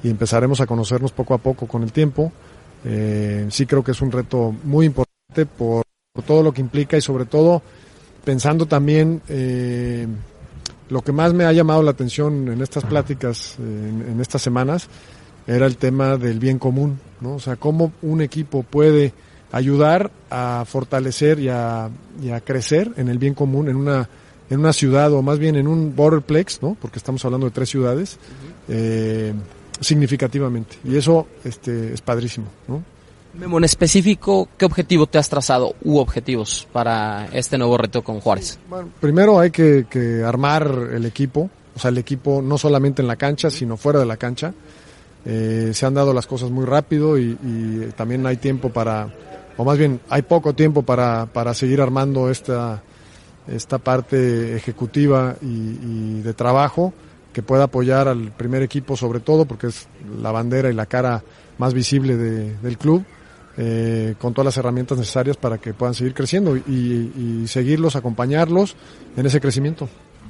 [SPEAKER 9] y empezaremos a conocernos poco a poco con el tiempo. Eh, sí creo que es un reto muy importante por, por todo lo que implica y sobre todo pensando también eh, lo que más me ha llamado la atención en estas pláticas, eh, en, en estas semanas, era el tema del bien común, ¿no? O sea, cómo un equipo puede ayudar a fortalecer y a, y a crecer en el bien común, en una, en una ciudad o más bien en un borderplex, ¿no? Porque estamos hablando de tres ciudades, eh, significativamente. Y eso este, es padrísimo, ¿no?
[SPEAKER 8] Memo, en específico, ¿qué objetivo te has trazado u objetivos para este nuevo reto con Juárez?
[SPEAKER 9] Bueno, primero hay que, que armar el equipo, o sea, el equipo no solamente en la cancha, sino fuera de la cancha. Eh, se han dado las cosas muy rápido y, y también hay tiempo para, o más bien, hay poco tiempo para, para seguir armando esta, esta parte ejecutiva y, y de trabajo que pueda apoyar al primer equipo sobre todo porque es la bandera y la cara más visible de- del club eh, con todas las herramientas necesarias para que puedan seguir creciendo y, y seguirlos, acompañarlos en ese crecimiento.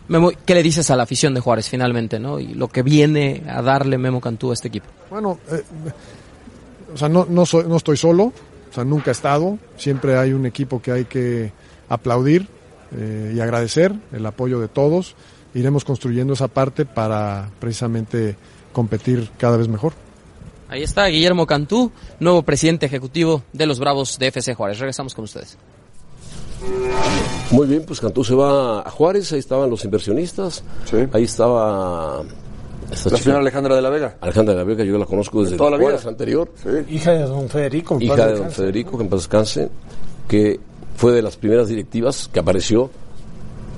[SPEAKER 8] Memo, ¿qué le dices a la afición de Juárez finalmente, no? Y lo que viene a darle Memo Cantú a este equipo.
[SPEAKER 9] Bueno, eh, o sea, no, no, soy- no estoy solo, o sea, nunca he estado, siempre hay un equipo que hay que aplaudir eh, y agradecer el apoyo de todos. Iremos construyendo esa parte para precisamente competir cada vez mejor.
[SPEAKER 8] Ahí está Guillermo Cantú, nuevo presidente ejecutivo de los Bravos de FC Juárez. Regresamos con ustedes.
[SPEAKER 2] Muy bien, pues Cantú se va a Juárez, ahí estaban los inversionistas,
[SPEAKER 5] Sí.
[SPEAKER 2] ahí estaba
[SPEAKER 5] La
[SPEAKER 2] esta chica,
[SPEAKER 5] señora Alejandra de la Vega.
[SPEAKER 2] Alejandra de la Vega, yo la conozco desde
[SPEAKER 5] Toda la vida.
[SPEAKER 2] Pues, Juárez anterior,
[SPEAKER 3] hija de don Federico. en paz
[SPEAKER 2] hija de don
[SPEAKER 3] descanse.
[SPEAKER 2] Federico, que en paz descanse, que fue de las primeras directivas que apareció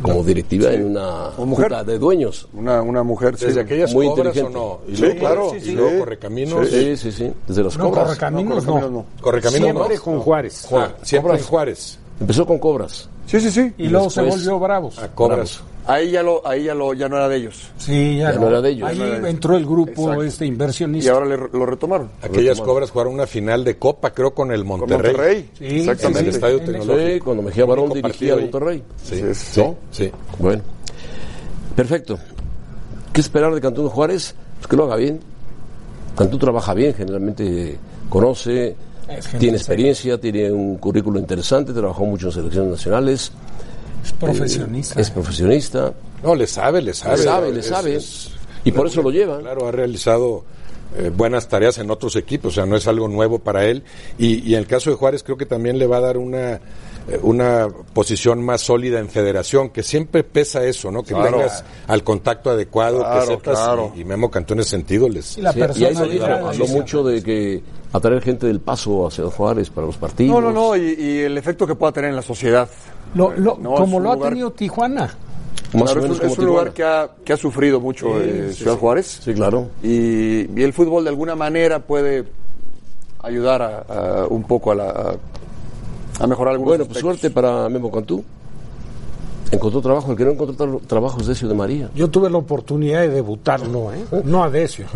[SPEAKER 2] como directiva en una
[SPEAKER 5] Como mujer.
[SPEAKER 2] junta de dueños.
[SPEAKER 5] Una, una mujer. sí.
[SPEAKER 4] Desde aquellas
[SPEAKER 2] Muy
[SPEAKER 4] cobras o
[SPEAKER 2] inteligente.
[SPEAKER 4] no. Y
[SPEAKER 5] Sí,
[SPEAKER 4] luego-
[SPEAKER 5] claro.
[SPEAKER 4] Y
[SPEAKER 5] Sí, sí,
[SPEAKER 4] luego
[SPEAKER 5] sí.
[SPEAKER 4] Correcaminos.
[SPEAKER 2] Sí, sí, sí, desde las
[SPEAKER 3] No,
[SPEAKER 2] cobras. Ah,
[SPEAKER 3] Correcaminos no.
[SPEAKER 5] Correcaminos no.
[SPEAKER 4] Correcaminos no.
[SPEAKER 3] Siempre con Juárez.
[SPEAKER 4] Juan, siempre en Juárez.
[SPEAKER 2] Empezó con cobras.
[SPEAKER 5] Sí, sí, sí.
[SPEAKER 3] Y luego se
[SPEAKER 2] después-
[SPEAKER 3] volvió Bravos.
[SPEAKER 4] A cobras.
[SPEAKER 5] Ahí ya lo, ahí ya lo, ya no era de ellos.
[SPEAKER 3] Sí, ya,
[SPEAKER 2] Ya no era de ellos.
[SPEAKER 3] Ahí
[SPEAKER 2] Ya no era de-
[SPEAKER 3] entró el grupo
[SPEAKER 5] Exacto.
[SPEAKER 3] este
[SPEAKER 5] Y
[SPEAKER 3] inversionista.
[SPEAKER 5] ahora le- lo retomaron.
[SPEAKER 4] Aquellas cobras jugaron una final de Copa, creo, con el
[SPEAKER 5] Con
[SPEAKER 4] Monterrey.
[SPEAKER 5] Monterrey.
[SPEAKER 3] Sí,
[SPEAKER 4] En el
[SPEAKER 5] Exactamente.
[SPEAKER 3] sí, sí.
[SPEAKER 4] Estadio
[SPEAKER 3] En el-
[SPEAKER 4] Tecnológico.
[SPEAKER 2] Sí, cuando Mejía Barón
[SPEAKER 4] Único
[SPEAKER 2] dirigía
[SPEAKER 4] partido
[SPEAKER 2] a
[SPEAKER 4] ahí.
[SPEAKER 2] Monterrey.
[SPEAKER 4] Sí,
[SPEAKER 5] Sí,
[SPEAKER 4] sí,
[SPEAKER 5] ¿no?
[SPEAKER 4] sí.
[SPEAKER 2] Bueno, perfecto. ¿Qué esperar de Cantú Juárez? Pues que lo haga bien. Cantú trabaja bien, generalmente conoce,
[SPEAKER 3] gente
[SPEAKER 2] tiene experiencia, tiene un currículo interesante, trabajó mucho en selecciones nacionales,
[SPEAKER 3] Es profesionista.
[SPEAKER 2] es profesionista,
[SPEAKER 4] No, le sabe, le sabe.
[SPEAKER 2] Le sabe, le
[SPEAKER 4] Es-
[SPEAKER 2] sabe.
[SPEAKER 4] es-
[SPEAKER 2] Y por eso lo llevan.
[SPEAKER 4] Claro, ha realizado eh, buenas tareas en otros equipos, o sea, no es algo nuevo para él. Y, y en el caso de Juárez creo que también le va a dar una eh, una posición más sólida en federación, que siempre pesa eso, ¿no? Que
[SPEAKER 5] Claro.
[SPEAKER 4] tengas al contacto adecuado,
[SPEAKER 5] Claro,
[SPEAKER 4] que sepas,
[SPEAKER 5] claro.
[SPEAKER 4] y, y Memo Cantón en ese sentido les...
[SPEAKER 10] Y la
[SPEAKER 2] Sí, y ahí se
[SPEAKER 10] personalidad.
[SPEAKER 2] habló
[SPEAKER 10] Alicia.
[SPEAKER 2] mucho de que atraer gente del paso hacia Juárez para los partidos.
[SPEAKER 5] No, no, no, y, y el efecto que pueda tener en la sociedad.
[SPEAKER 3] Lo- lo-
[SPEAKER 5] No, es
[SPEAKER 3] como
[SPEAKER 5] un
[SPEAKER 3] lo ha
[SPEAKER 5] lugar-
[SPEAKER 3] tenido Tijuana.
[SPEAKER 5] Claro,
[SPEAKER 2] Más o
[SPEAKER 5] es
[SPEAKER 2] menos
[SPEAKER 5] un-
[SPEAKER 2] como
[SPEAKER 5] es un lugar
[SPEAKER 2] Tijuana.
[SPEAKER 5] que ha, que ha sufrido mucho eh, Ciudad Juárez.
[SPEAKER 2] Sí, claro.
[SPEAKER 5] Y, y el fútbol de alguna manera puede ayudar a, a un poco a, la, a- a mejorar algunos
[SPEAKER 2] Bueno, pues
[SPEAKER 5] aspectos.
[SPEAKER 2] suerte para Memo Cantú. Encontró trabajo, el que no encontró tra- trabajo es Decio de María.
[SPEAKER 3] Yo tuve la oportunidad de debutarlo, ¿eh?
[SPEAKER 5] Uh.
[SPEAKER 3] No a
[SPEAKER 5] [laughs]
[SPEAKER 3] Decio.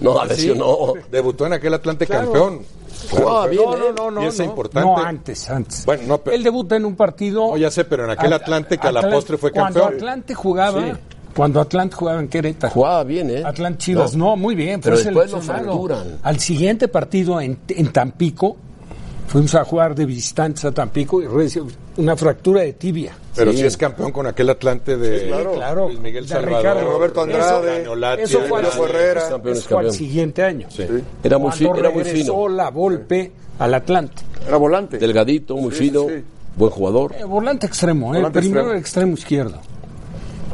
[SPEAKER 2] No, a Decio no.
[SPEAKER 4] Debutó en aquel Atlante campeón.
[SPEAKER 2] Jugaba bien,
[SPEAKER 5] ¿eh?
[SPEAKER 2] ¿eh?
[SPEAKER 3] no, no, no, no.
[SPEAKER 4] Pieza
[SPEAKER 3] no.
[SPEAKER 4] ¿eh? importante.
[SPEAKER 3] No, antes, antes.
[SPEAKER 4] Bueno, no, pero-
[SPEAKER 3] Él debuta en un partido.
[SPEAKER 4] No, ya sé, pero en aquel Atlante que a la
[SPEAKER 3] Atlan-
[SPEAKER 4] postre fue
[SPEAKER 3] cuando
[SPEAKER 4] campeón.
[SPEAKER 3] Atlante jugaba, cuando Atlante jugaba en Querétaro.
[SPEAKER 2] Jugaba bien, ¿eh?
[SPEAKER 3] Atlante Chivas, no, muy bien,
[SPEAKER 2] Pero
[SPEAKER 3] fue
[SPEAKER 2] después lo
[SPEAKER 3] seleccionado.
[SPEAKER 2] fracturan.
[SPEAKER 3] Al siguiente partido en, en Tampico, fuimos a jugar de visitantes a Tampico y recibió una fractura de tibia.
[SPEAKER 4] Pero sí. es campeón con aquel Atlante de
[SPEAKER 5] claro.
[SPEAKER 3] Claro.
[SPEAKER 4] Luis Miguel
[SPEAKER 3] De
[SPEAKER 4] Salvador,
[SPEAKER 3] Ricardo.
[SPEAKER 5] Roberto Andrade,
[SPEAKER 4] Caneolati,
[SPEAKER 3] eso fue
[SPEAKER 4] Andrade,
[SPEAKER 5] Leo Herrera.
[SPEAKER 2] Campeón es
[SPEAKER 3] Eso fue al
[SPEAKER 2] campeón.
[SPEAKER 3] siguiente año.
[SPEAKER 2] Era muy, fi-
[SPEAKER 3] Cuando
[SPEAKER 2] era muy
[SPEAKER 3] regresó
[SPEAKER 2] fino.
[SPEAKER 3] la golpe al Atlante.
[SPEAKER 5] Era volante.
[SPEAKER 2] Delgadito, muy
[SPEAKER 5] Sí, sí,
[SPEAKER 2] fino,
[SPEAKER 5] sí.
[SPEAKER 2] buen jugador.
[SPEAKER 3] Eh, volante extremo, eh,
[SPEAKER 5] Volante
[SPEAKER 3] primero
[SPEAKER 5] extremo.
[SPEAKER 3] el extremo izquierdo.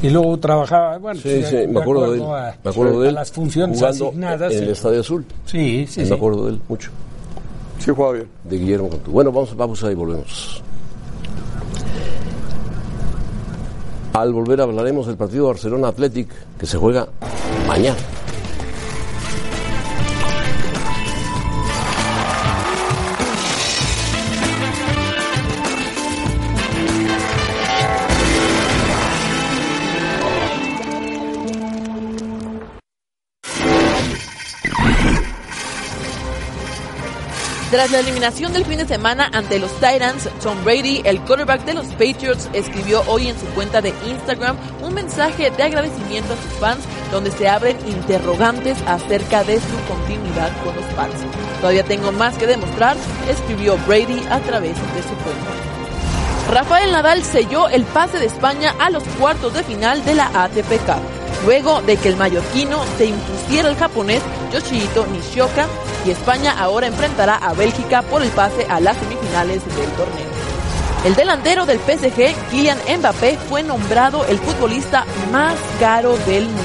[SPEAKER 3] Y luego trabajaba, bueno,
[SPEAKER 2] Sí,
[SPEAKER 3] pues,
[SPEAKER 2] sí,
[SPEAKER 3] de
[SPEAKER 2] me acuerdo de él.
[SPEAKER 3] a-
[SPEAKER 2] Me acuerdo de
[SPEAKER 3] a
[SPEAKER 2] él.
[SPEAKER 3] las funciones
[SPEAKER 2] jugando
[SPEAKER 3] asignadas.
[SPEAKER 2] En el Estadio Azul.
[SPEAKER 3] Sí, sí, sí.
[SPEAKER 2] Me acuerdo de él mucho.
[SPEAKER 5] Sí, jugaba bien.
[SPEAKER 2] De Guillermo Cantú. Bueno, vamos a pausa y volvemos. Al volver hablaremos del partido Barcelona Athletic que se juega mañana.
[SPEAKER 11] Tras la eliminación del fin de semana ante los Titans, Tom Brady, el quarterback de los Patriots, escribió hoy en su cuenta de Instagram un mensaje de agradecimiento a sus fans donde se abren interrogantes acerca de su continuidad con los Pats. Todavía tengo más que demostrar, escribió Brady a través de su cuenta. Rafael Nadal selló el pase de España a los cuartos de final de la ATP Cup, luego de que el mallorquino se impusiera al japonés Yoshihito Nishioka y España ahora enfrentará a Bélgica por el pase a las semifinales del torneo. El delantero del PSG, Kylian Mbappé, fue nombrado el futbolista más caro del mundo.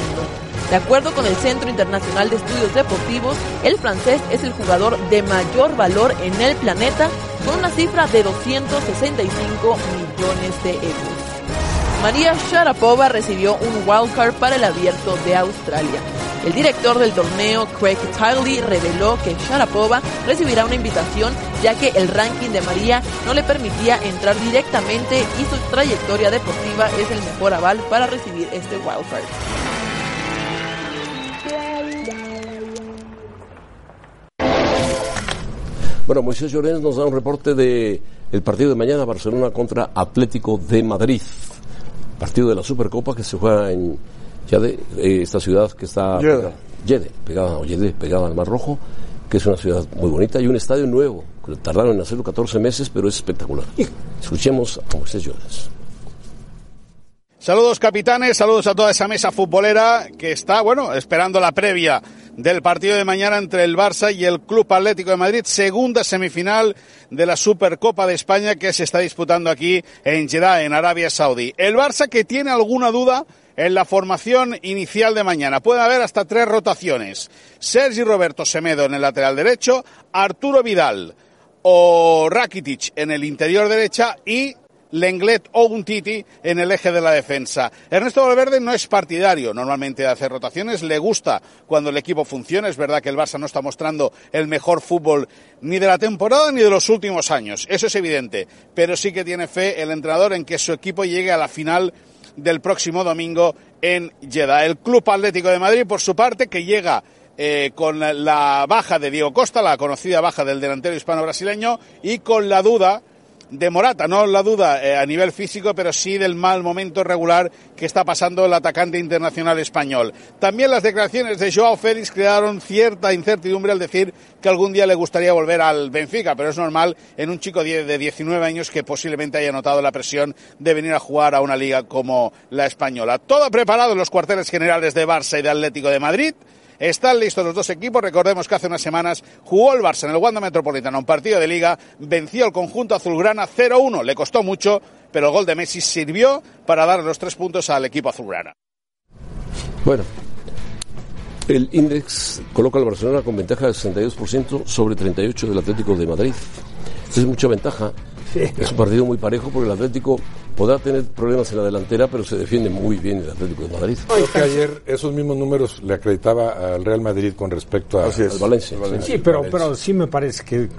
[SPEAKER 11] De acuerdo con el Centro Internacional de Estudios Deportivos, el francés es el jugador de mayor valor en el planeta con una cifra de 265 millones de euros. María Sharapova recibió un wildcard para el abierto de Australia. El director del torneo, Craig Tiley, reveló que Sharapova recibirá una invitación ya que el ranking de María no le permitía entrar directamente y su trayectoria deportiva es el mejor aval para recibir este wildcard.
[SPEAKER 2] Bueno, Moisés Llorens nos da un reporte de el partido de mañana Barcelona contra Atlético de Madrid. Partido de la Supercopa que se juega en Yade, eh, esta ciudad que está
[SPEAKER 5] Yede.
[SPEAKER 2] pegada- Yede, pegada, o Yede, pegada al Mar Rojo, que es una ciudad muy bonita y un estadio nuevo. que Tardaron en hacerlo 14 meses, pero es espectacular. Escuchemos a Moisés Llorens.
[SPEAKER 12] Saludos capitanes, saludos a toda esa mesa futbolera que está, bueno, esperando la previa del partido de mañana entre el Barça y el Club Atlético de Madrid, segunda semifinal de la Supercopa de España que se está disputando aquí en Jeddah, en Arabia Saudí. El Barça que tiene alguna duda en la formación inicial de mañana. Puede haber hasta tres rotaciones. Sergi Roberto Semedo en el lateral derecho, Arturo Vidal o Rakitic en el interior derecha y Lenglet o un Titi en el eje de la defensa. Ernesto Valverde no es partidario normalmente de hacer rotaciones, le gusta cuando el equipo funciona. Es verdad que el Barça no está mostrando el mejor fútbol ni de la temporada ni de los últimos años, eso es evidente, pero sí que tiene fe el entrenador en que su equipo llegue a la final del próximo domingo en Jeddah. El Club Atlético de Madrid, por su parte, que llega eh, con la- la baja de Diego Costa, la conocida baja del delantero hispano-brasileño, y con la duda de Morata, no la duda eh, a nivel físico, pero sí del mal momento regular que está pasando el atacante internacional español. También las declaraciones de Joao Félix crearon cierta incertidumbre al decir que algún día le gustaría volver al Benfica, pero es normal en un chico de 19 años que posiblemente haya notado la presión de venir a jugar a una liga como la española. Todo preparado en los cuarteles generales de Barça y de Atlético de Madrid. Están listos los dos equipos. Recordemos que hace unas semanas jugó el Barça en el Wanda Metropolitano, un partido de liga. Venció el conjunto azulgrana 0-1. Le costó mucho, pero el gol de Messi sirvió para dar los tres puntos al equipo azulgrana.
[SPEAKER 2] Bueno, el Index coloca al Barcelona con ventaja del 62% sobre 38% del Atlético de Madrid. Esto es mucha ventaja. Es un partido muy parejo porque el Atlético podrá tener problemas en la delantera, pero se defiende muy bien el Atlético de Madrid.
[SPEAKER 4] Creo que ayer esos mismos números le acreditaba al Real Madrid con respecto a,
[SPEAKER 2] Así es.
[SPEAKER 4] al
[SPEAKER 2] Valencia.
[SPEAKER 4] Valencia.
[SPEAKER 3] Sí, pero,
[SPEAKER 4] Valencia.
[SPEAKER 3] pero sí me parece que,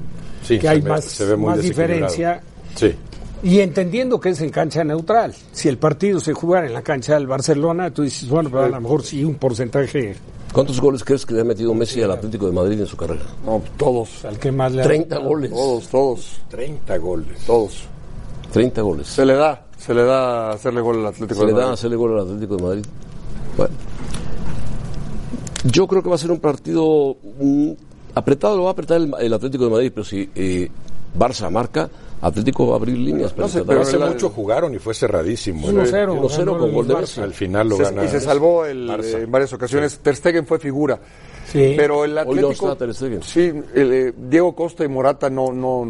[SPEAKER 4] Sí,
[SPEAKER 3] que hay
[SPEAKER 4] se ve-
[SPEAKER 3] más,
[SPEAKER 4] se ve muy
[SPEAKER 3] más
[SPEAKER 4] desequilibrado.
[SPEAKER 3] diferencia.
[SPEAKER 4] Sí.
[SPEAKER 3] Y entendiendo que es en cancha neutral. Si el partido se jugara en la cancha del Barcelona, tú dices, bueno, pero a lo mejor sí un porcentaje
[SPEAKER 2] ¿Cuántos goles crees que le ha metido Messi al Atlético de Madrid en su carrera?
[SPEAKER 5] No, todos.
[SPEAKER 3] al que más le ha-
[SPEAKER 2] 30 goles.
[SPEAKER 5] Todos, todos,
[SPEAKER 4] 30 goles.
[SPEAKER 5] todos.
[SPEAKER 2] 30 goles.
[SPEAKER 5] Se le da, se le da hacerle gol al Atlético
[SPEAKER 2] Se
[SPEAKER 5] de
[SPEAKER 2] le da
[SPEAKER 5] Madrid.
[SPEAKER 2] hacerle gol al Atlético de Madrid. Bueno. Yo creo que va a ser un partido mm, apretado, lo va a apretar el, el Atlético de Madrid, pero si eh, Barça marca, Atlético va a abrir líneas. para
[SPEAKER 5] No sé,
[SPEAKER 2] tratar
[SPEAKER 4] Pero
[SPEAKER 2] de
[SPEAKER 4] hace
[SPEAKER 2] hacer-
[SPEAKER 4] mucho jugaron y fue cerradísimo. ¿eh?
[SPEAKER 3] 1-0.
[SPEAKER 2] 1-0 con gol de Messi.
[SPEAKER 4] Al final lo
[SPEAKER 5] Se-
[SPEAKER 4] gana.
[SPEAKER 5] y se salvó el-
[SPEAKER 4] Barça.
[SPEAKER 5] eh, en varias ocasiones. Ter Stegen fue figura.
[SPEAKER 3] Sí.
[SPEAKER 5] Pero el
[SPEAKER 2] Hoy no
[SPEAKER 5] Atlético.
[SPEAKER 2] está Ter Stegen.
[SPEAKER 5] Sí, el, eh, Diego Costa y Morata no, no,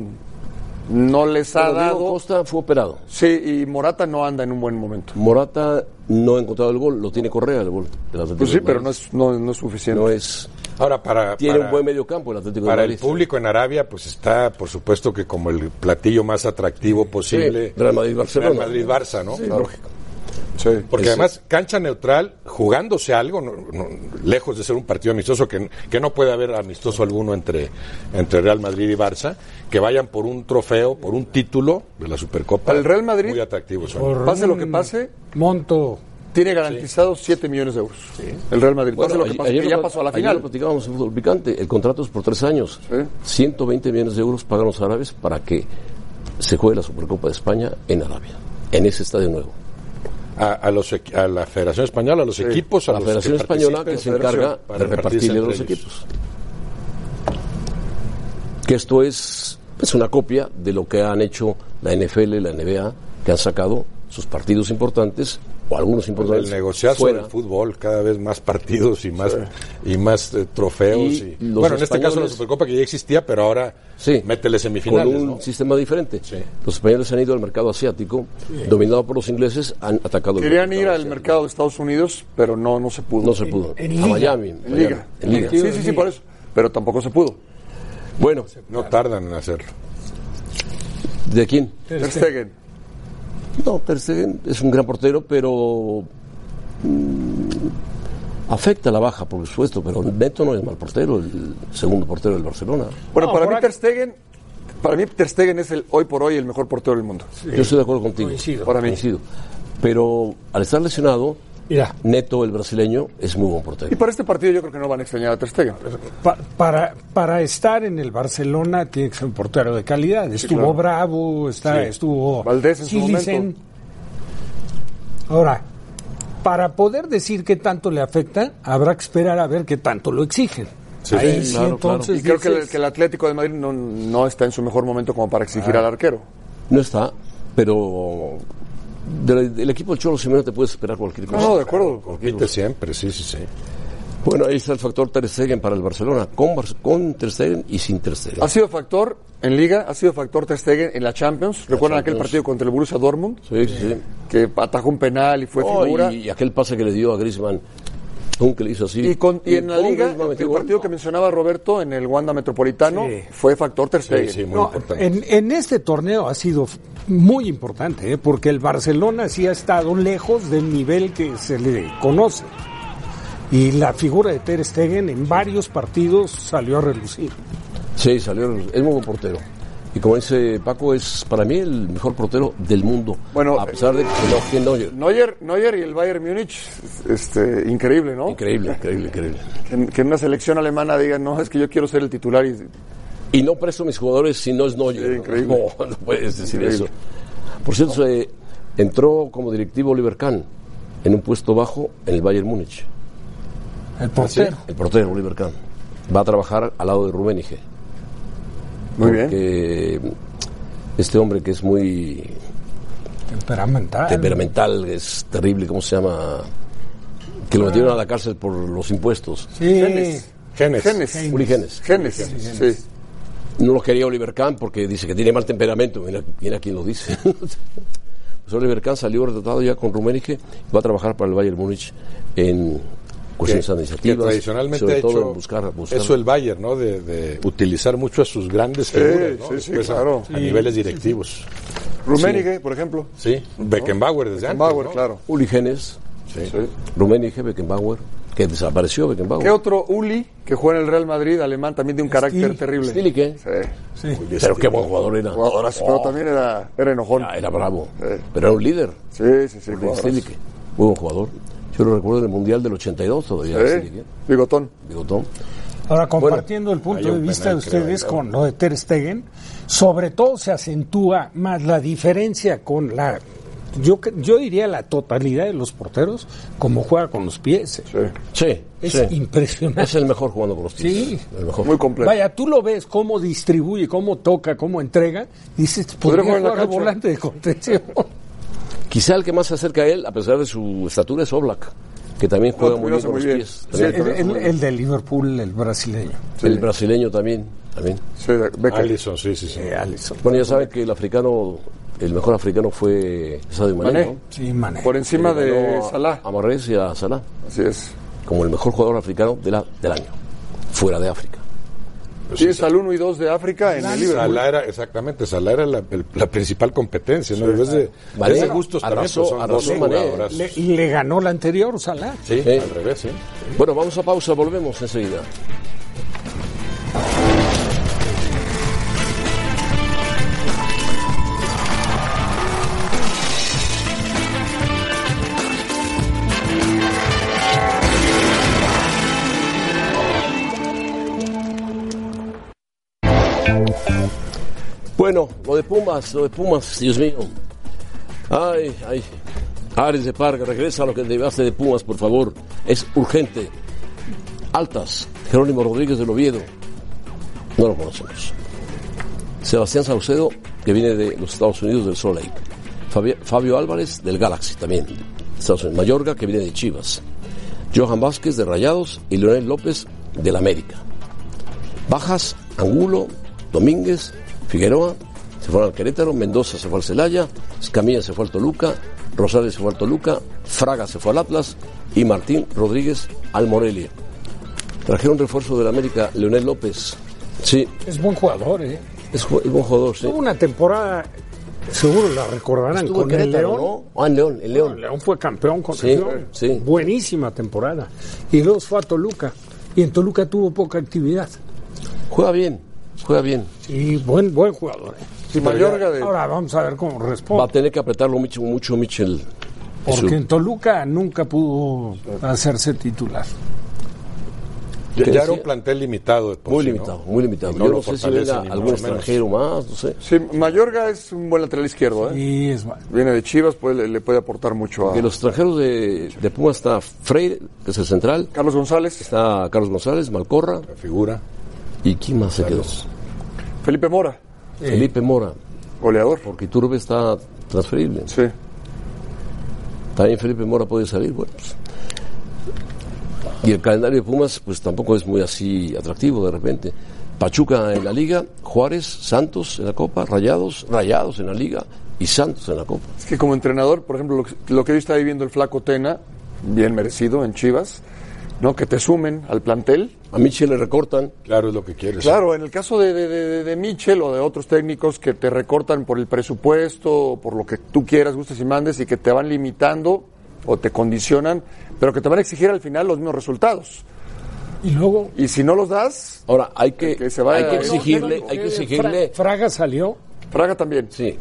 [SPEAKER 5] no les ha
[SPEAKER 2] Pero Diego
[SPEAKER 5] dado.
[SPEAKER 2] Costa fue operado.
[SPEAKER 5] Sí, y Morata no anda en un buen momento.
[SPEAKER 2] Morata no ha encontrado el gol, lo tiene Correa el gol. del Atlético
[SPEAKER 5] Pues sí,
[SPEAKER 2] de
[SPEAKER 5] pero no
[SPEAKER 2] Madrid.
[SPEAKER 5] es, no, no es suficiente.
[SPEAKER 2] No es.
[SPEAKER 4] Ahora, para.
[SPEAKER 2] Tiene
[SPEAKER 4] para-
[SPEAKER 2] un buen medio campo el Atlético
[SPEAKER 4] Para
[SPEAKER 2] de
[SPEAKER 4] el
[SPEAKER 2] Madrid.
[SPEAKER 4] público en Arabia, pues está, por supuesto, que como el platillo más atractivo posible.
[SPEAKER 2] Real Madrid-Barcelona.
[SPEAKER 4] Real Madrid-Barça, ¿no?
[SPEAKER 2] Lógico.
[SPEAKER 5] Sí.
[SPEAKER 4] Porque
[SPEAKER 2] Eso.
[SPEAKER 4] además, cancha neutral, jugándose algo, no- no- lejos de ser un partido amistoso, que, que no puede haber amistoso alguno entre, entre Real Madrid y Barça, que vayan por un trofeo, por un título de la Supercopa.
[SPEAKER 5] Para el Real Madrid,
[SPEAKER 4] Muy atractivo. son.
[SPEAKER 3] por
[SPEAKER 5] Pase lo que
[SPEAKER 3] un
[SPEAKER 5] pase.
[SPEAKER 3] Monto.
[SPEAKER 5] Tiene garantizados 7 millones de euros. El Real Madrid. Pase lo
[SPEAKER 2] Bueno,
[SPEAKER 5] que
[SPEAKER 2] ayer-
[SPEAKER 5] pase,
[SPEAKER 2] ayer
[SPEAKER 5] que ya
[SPEAKER 2] lo-
[SPEAKER 5] pasó a la
[SPEAKER 2] ayer
[SPEAKER 5] final.
[SPEAKER 2] lo platicábamos en fútbol picante. El contrato es por tres años. 120 millones de euros pagan los árabes para que se juegue la Supercopa de España en Arabia. En ese estadio nuevo.
[SPEAKER 4] A, a los, equi- a la Federación Española, a los equipos, a
[SPEAKER 2] la
[SPEAKER 4] los
[SPEAKER 2] Federación
[SPEAKER 4] que
[SPEAKER 2] Española
[SPEAKER 4] participen,
[SPEAKER 2] que se
[SPEAKER 4] la federación,
[SPEAKER 2] encarga
[SPEAKER 4] para
[SPEAKER 2] de
[SPEAKER 4] repartirse entre
[SPEAKER 2] repartirle a los
[SPEAKER 4] ellos.
[SPEAKER 2] equipos. Que esto es, es una copia de lo que han hecho la NFL, la NBA, que han sacado sus partidos importantes o algunos importantes.
[SPEAKER 4] Pues El negociazo
[SPEAKER 2] fuera.
[SPEAKER 4] del fútbol, cada vez más partidos y más y más eh, trofeos.
[SPEAKER 2] Y
[SPEAKER 4] y-
[SPEAKER 2] los
[SPEAKER 4] bueno, en este caso la
[SPEAKER 2] españoles-
[SPEAKER 4] Supercopa que ya existía, pero ahora
[SPEAKER 2] Sí.
[SPEAKER 4] métele semifinales.
[SPEAKER 2] Con un
[SPEAKER 4] ¿no?
[SPEAKER 2] sistema diferente.
[SPEAKER 4] Sí.
[SPEAKER 2] Los españoles han ido al mercado asiático, dominado por los ingleses, han atacado el
[SPEAKER 5] Querían ir
[SPEAKER 2] mercado
[SPEAKER 5] al
[SPEAKER 2] asiático.
[SPEAKER 5] mercado de Estados Unidos, pero no, no se pudo.
[SPEAKER 2] No se pudo.
[SPEAKER 3] En
[SPEAKER 2] a
[SPEAKER 3] liga.
[SPEAKER 2] Miami.
[SPEAKER 5] En
[SPEAKER 2] Miami,
[SPEAKER 5] Liga.
[SPEAKER 2] en Liga.
[SPEAKER 5] Sí, sí, sí, por eso. Pero tampoco se pudo.
[SPEAKER 2] Bueno,
[SPEAKER 4] No tardan en hacerlo.
[SPEAKER 2] ¿de quién?
[SPEAKER 5] Ter Stegen.
[SPEAKER 2] No, Ter Stegen es un gran portero, pero mm, afecta la baja, por supuesto, pero Neto no es mal portero, el segundo portero del Barcelona.
[SPEAKER 5] Bueno,
[SPEAKER 3] No,
[SPEAKER 5] para
[SPEAKER 3] por
[SPEAKER 5] mí
[SPEAKER 3] ahí-
[SPEAKER 5] Ter Stegen, para mí Ter Stegen es el hoy por hoy el mejor portero del mundo.
[SPEAKER 2] Yo estoy de acuerdo contigo.
[SPEAKER 3] Coincido.
[SPEAKER 5] Para mí.
[SPEAKER 2] Coincido. Pero al estar lesionado,
[SPEAKER 3] Mira,
[SPEAKER 2] Neto, el brasileño, es muy buen
[SPEAKER 5] Y
[SPEAKER 2] portero.
[SPEAKER 5] para este partido yo creo que no van a extrañar a Ter Stegen.
[SPEAKER 3] pa- para, para estar en el Barcelona tiene que ser un portero de calidad. Estuvo
[SPEAKER 5] claro.
[SPEAKER 3] Bravo, está,
[SPEAKER 5] Sí.
[SPEAKER 3] estuvo
[SPEAKER 5] Valdés en su
[SPEAKER 3] Silicen.
[SPEAKER 5] momento.
[SPEAKER 3] Ahora, para poder decir qué tanto le afecta, habrá que esperar a ver qué tanto lo exigen. Ahí sí, entonces
[SPEAKER 5] Y creo que el,
[SPEAKER 3] dices-
[SPEAKER 5] que el Atlético de Madrid no, no está en su mejor momento como para exigir al arquero.
[SPEAKER 2] Ah. No está, pero del, del equipo del Cholo Simeone te puedes esperar cualquier
[SPEAKER 5] No,
[SPEAKER 2] cosa.
[SPEAKER 5] no, de acuerdo.
[SPEAKER 4] Compite siempre, sí, sí, sí.
[SPEAKER 2] Bueno, ahí está el factor Ter Stegen para el Barcelona, con, Bar- con Ter Stegen y sin Ter Stegen.
[SPEAKER 5] Ha sido factor en Liga, ha sido factor Ter Stegen en la Champions. ¿Recuerdan aquel
[SPEAKER 2] Champions.
[SPEAKER 5] partido contra el Borussia Dortmund?
[SPEAKER 2] Sí, sí, sí.
[SPEAKER 5] Que atajó un penal y fue
[SPEAKER 2] Oh,
[SPEAKER 5] figura.
[SPEAKER 2] y, y aquel pase que le dio a Griezmann, un que le hizo así.
[SPEAKER 5] Y, con- y en la
[SPEAKER 2] pum,
[SPEAKER 5] Liga,
[SPEAKER 2] Griezmann
[SPEAKER 5] el
[SPEAKER 2] metió gol.
[SPEAKER 5] partido que mencionaba Roberto en el Wanda Metropolitano
[SPEAKER 3] Sí.
[SPEAKER 5] fue factor Ter Stegen.
[SPEAKER 4] Sí, sí, muy
[SPEAKER 3] Eh, No,
[SPEAKER 4] importante.
[SPEAKER 3] en, en este torneo ha sido f- muy importante, ¿eh? porque el Barcelona sí ha estado lejos del nivel que se le conoce. Y la figura de Ter Stegen en varios partidos salió a relucir.
[SPEAKER 2] Sí, salió, es muy buen portero. Y como dice Paco, es para mí el mejor portero del mundo.
[SPEAKER 5] Bueno,
[SPEAKER 2] a pesar de que no, que no-
[SPEAKER 5] Neuer, Neuer y el Bayern Múnich, este, increíble, ¿no?
[SPEAKER 2] Increíble, increíble, increíble.
[SPEAKER 5] Que, en- que en una selección alemana digan, no, es que yo quiero ser el titular y
[SPEAKER 2] Y no presto a mis jugadores si no es Neuer. No, no puedes decir
[SPEAKER 5] Increíble.
[SPEAKER 2] eso. Por cierto, eh, entró como directivo Oliver Kahn en un puesto bajo en el Bayern Múnich.
[SPEAKER 3] El portero.
[SPEAKER 2] El portero, Oliver Kahn. Va a trabajar al lado de Rummenigge.
[SPEAKER 5] Muy bien.
[SPEAKER 2] Porque este hombre que es muy
[SPEAKER 3] Temperamental.
[SPEAKER 2] temperamental, es terrible, ¿cómo se llama? Que lo metieron a la cárcel por los impuestos.
[SPEAKER 3] Sí.
[SPEAKER 4] Genes.
[SPEAKER 5] Genes.
[SPEAKER 2] Uli Genes.
[SPEAKER 5] Genes. Sí.
[SPEAKER 2] No lo quería Oliver Kahn porque dice que tiene mal temperamento. Mira, mira quién lo dice. [laughs] pues Oliver Kahn salió retratado ya con Rummenigge. Va a trabajar para el Bayern Múnich en cuestiones
[SPEAKER 4] que-
[SPEAKER 2] administrativas.
[SPEAKER 4] que tradicionalmente
[SPEAKER 2] sobre
[SPEAKER 4] ha
[SPEAKER 2] todo
[SPEAKER 4] hecho
[SPEAKER 2] en buscar, buscar-
[SPEAKER 4] eso el Bayern, ¿no? De, de utilizar mucho a sus grandes figuras, ¿no?
[SPEAKER 5] sí, sí,
[SPEAKER 4] Después a-
[SPEAKER 5] claro.
[SPEAKER 4] A, niveles directivos.
[SPEAKER 5] Rummenigge, por ejemplo.
[SPEAKER 4] Sí. Beckenbauer desde
[SPEAKER 5] Bauer,
[SPEAKER 4] antes. ¿no?
[SPEAKER 5] claro.
[SPEAKER 2] Uli Genes,
[SPEAKER 5] Sí.
[SPEAKER 2] Rummenigge, Beckenbauer, que desapareció Beckenbauer.
[SPEAKER 5] ¿Qué otro Uli que juega en el Real Madrid, alemán, también de un carácter
[SPEAKER 3] Stili.
[SPEAKER 5] terrible?
[SPEAKER 2] Stilique.
[SPEAKER 5] Sí.
[SPEAKER 2] Pero qué buen jugador era.
[SPEAKER 5] Jugadorazo, pero también era, era enojón.
[SPEAKER 2] Ah, era bravo.
[SPEAKER 5] Sí.
[SPEAKER 2] Pero era un líder.
[SPEAKER 5] Sí, sí, sí.
[SPEAKER 2] Uli
[SPEAKER 5] jugadorazo.
[SPEAKER 2] Stilique. Muy buen jugador. Yo lo recuerdo en el Mundial del 82 todavía.
[SPEAKER 5] Sí.
[SPEAKER 2] Stilique.
[SPEAKER 5] Bigotón.
[SPEAKER 2] Bigotón.
[SPEAKER 3] Ahora, compartiendo el punto
[SPEAKER 4] hay
[SPEAKER 3] de
[SPEAKER 4] un
[SPEAKER 3] vista
[SPEAKER 4] penal,
[SPEAKER 3] de ustedes
[SPEAKER 4] creo,
[SPEAKER 3] con lo de Ter Stegen, sobre todo se acentúa más la diferencia con la. Yo, cre- yo diría la totalidad de los porteros, como juega con los pies.
[SPEAKER 5] Sí.
[SPEAKER 2] Sí,
[SPEAKER 3] Es
[SPEAKER 2] sí.
[SPEAKER 3] impresionante.
[SPEAKER 2] Es el mejor jugando con los pies.
[SPEAKER 3] Sí.
[SPEAKER 2] El mejor.
[SPEAKER 5] Muy completo.
[SPEAKER 3] Vaya, tú lo ves cómo distribuye, cómo toca, cómo entrega. Dices, podría
[SPEAKER 5] jugar
[SPEAKER 3] jugar
[SPEAKER 5] en la
[SPEAKER 3] de
[SPEAKER 5] cancha.
[SPEAKER 3] volante de contención.
[SPEAKER 2] Quizá el que más se acerca a él, a pesar de su estatura, es Oblak, que también juega
[SPEAKER 5] No,
[SPEAKER 2] muy
[SPEAKER 5] lo
[SPEAKER 2] bien
[SPEAKER 5] hace
[SPEAKER 2] con los
[SPEAKER 5] Ah, muy bien.
[SPEAKER 2] pies.
[SPEAKER 3] [laughs]
[SPEAKER 5] Sí,
[SPEAKER 3] El,
[SPEAKER 2] También.
[SPEAKER 3] el- el de Liverpool, el brasileño.
[SPEAKER 2] El brasileño también. también.
[SPEAKER 5] Sí, Becker.
[SPEAKER 4] Alisson, sí, sí, sí.
[SPEAKER 2] Bueno, ya saben que el africano, el mejor africano fue Sadio Mané,
[SPEAKER 5] Mané.
[SPEAKER 2] ¿no?
[SPEAKER 3] Sí, Mané.
[SPEAKER 5] Por encima
[SPEAKER 2] Que le
[SPEAKER 5] de
[SPEAKER 2] ganó a-
[SPEAKER 5] Salah.
[SPEAKER 2] A Marrés y a Salah,
[SPEAKER 5] Así es.
[SPEAKER 2] como el mejor jugador africano de la- del año, fuera de África.
[SPEAKER 5] Tienes al 1 y 2 de África en el Liverpool.
[SPEAKER 4] Salah era, exactamente, Salah era la, el- la principal competencia, ¿no? En vez de,
[SPEAKER 2] Mané,
[SPEAKER 4] es de gustos
[SPEAKER 2] arrasó,
[SPEAKER 4] también, pues,
[SPEAKER 2] arrasó
[SPEAKER 4] son dos
[SPEAKER 2] Mané.
[SPEAKER 4] jugadoras.
[SPEAKER 3] Le, le ganó la anterior, Salah.
[SPEAKER 4] Sí,
[SPEAKER 2] Sí.
[SPEAKER 4] al revés, sí.
[SPEAKER 2] Bueno, vamos a pausa, volvemos enseguida. Bueno, lo de Pumas, lo de Pumas, Dios mío. Ay, ay. Ares de Parga, regresa a lo que llevaste de Pumas, por favor. Es urgente. Altas, Jerónimo Rodríguez del Oviedo. No lo conocemos. Sebastián Saucedo, que viene de los Estados Unidos, del Salt Lake. Fabi- Fabio Álvarez, del Galaxy, también. de Estados Unidos. Mayorga, que viene de Chivas. Johan Vázquez, de Rayados. Y Leonel López, del América. Bajas, Angulo, Domínguez, Figueroa, se fueron al Querétaro, Mendoza se fue al Celaya, Escamilla se fue al Toluca, Rosales se fue al Toluca, Fraga se fue al Atlas y Martín Rodríguez al Morelia. Trajeron refuerzo del América, Leonel López. Sí,
[SPEAKER 3] Es buen jugador, ¿eh?
[SPEAKER 2] es ju- es buen jugador, sí.
[SPEAKER 3] Tuvo una temporada, seguro la recordarán,
[SPEAKER 2] Estuvo en
[SPEAKER 3] con el
[SPEAKER 2] Querétaro,
[SPEAKER 3] León.
[SPEAKER 2] ¿no? Ah, en León, en León.
[SPEAKER 3] León fue campeón con
[SPEAKER 2] Sí,
[SPEAKER 3] el León.
[SPEAKER 2] sí.
[SPEAKER 3] Buenísima temporada. Y luego fue a Toluca. Y en Toluca tuvo poca actividad.
[SPEAKER 2] Juega bien, juega bien.
[SPEAKER 3] Y buen, buen jugador. ¿eh?
[SPEAKER 5] Sí, Mayorga de.
[SPEAKER 3] Ahora vamos a ver cómo
[SPEAKER 2] Va a
[SPEAKER 3] responde.
[SPEAKER 2] tener que apretarlo mucho, mucho Michel.
[SPEAKER 3] Porque en Toluca nunca pudo hacerse titular.
[SPEAKER 4] Ya,
[SPEAKER 2] ¿Qué
[SPEAKER 4] ya era
[SPEAKER 2] decía?
[SPEAKER 4] un plantel limitado. de por
[SPEAKER 2] Muy
[SPEAKER 4] sí, ¿no?
[SPEAKER 2] limitado, muy limitado.
[SPEAKER 4] Y no
[SPEAKER 2] Yo
[SPEAKER 4] lo
[SPEAKER 2] no sé si
[SPEAKER 4] fortalece
[SPEAKER 2] venga
[SPEAKER 4] ni
[SPEAKER 2] algún
[SPEAKER 4] mucho menos.
[SPEAKER 2] extranjero más, no sé.
[SPEAKER 5] Sí, Mayorga es un buen lateral izquierdo. ¿eh?
[SPEAKER 3] Y es mal.
[SPEAKER 5] Viene de Chivas, pues le, le puede aportar mucho a.
[SPEAKER 2] De los extranjeros de, de Puma está Freire, que es el central,
[SPEAKER 5] Carlos González,
[SPEAKER 2] está Carlos González, Malcorra,
[SPEAKER 4] La figura.
[SPEAKER 2] y ¿quién más se quedó?
[SPEAKER 5] Felipe Mora,
[SPEAKER 2] Felipe Mora,
[SPEAKER 5] goleador.
[SPEAKER 2] porque Iturbe está transferible.
[SPEAKER 5] Sí.
[SPEAKER 2] También Felipe Mora puede salir, bueno. pues. Y el calendario de Pumas, pues tampoco es muy así atractivo de repente. Pachuca en la liga, Juárez, Santos en la copa, Rayados, Rayados en la liga y Santos en la copa.
[SPEAKER 5] Es que como entrenador, por ejemplo, lo, que- lo que hoy está viviendo el Flaco Tena, bien merecido en Chivas, ¿no? Que te sumen al plantel.
[SPEAKER 2] A Michel le recortan,
[SPEAKER 4] Claro, es lo que quieres.
[SPEAKER 5] Claro, en el caso de, de, de- de Michel o de otros técnicos que te recortan por el presupuesto, por lo que tú quieras, gustes y mandes, y que te van limitando o te condicionan, pero que te van a exigir al final los mismos resultados.
[SPEAKER 3] Y luego.
[SPEAKER 5] Y si no los das,
[SPEAKER 2] Ahora, hay que,
[SPEAKER 5] Que se vaya-
[SPEAKER 2] hay que
[SPEAKER 5] No, no,
[SPEAKER 2] exigirle,
[SPEAKER 5] no,
[SPEAKER 2] hay que
[SPEAKER 3] eh,
[SPEAKER 2] exigirle,
[SPEAKER 3] Fra- Fraga salió.
[SPEAKER 5] Fraga también.
[SPEAKER 2] sí,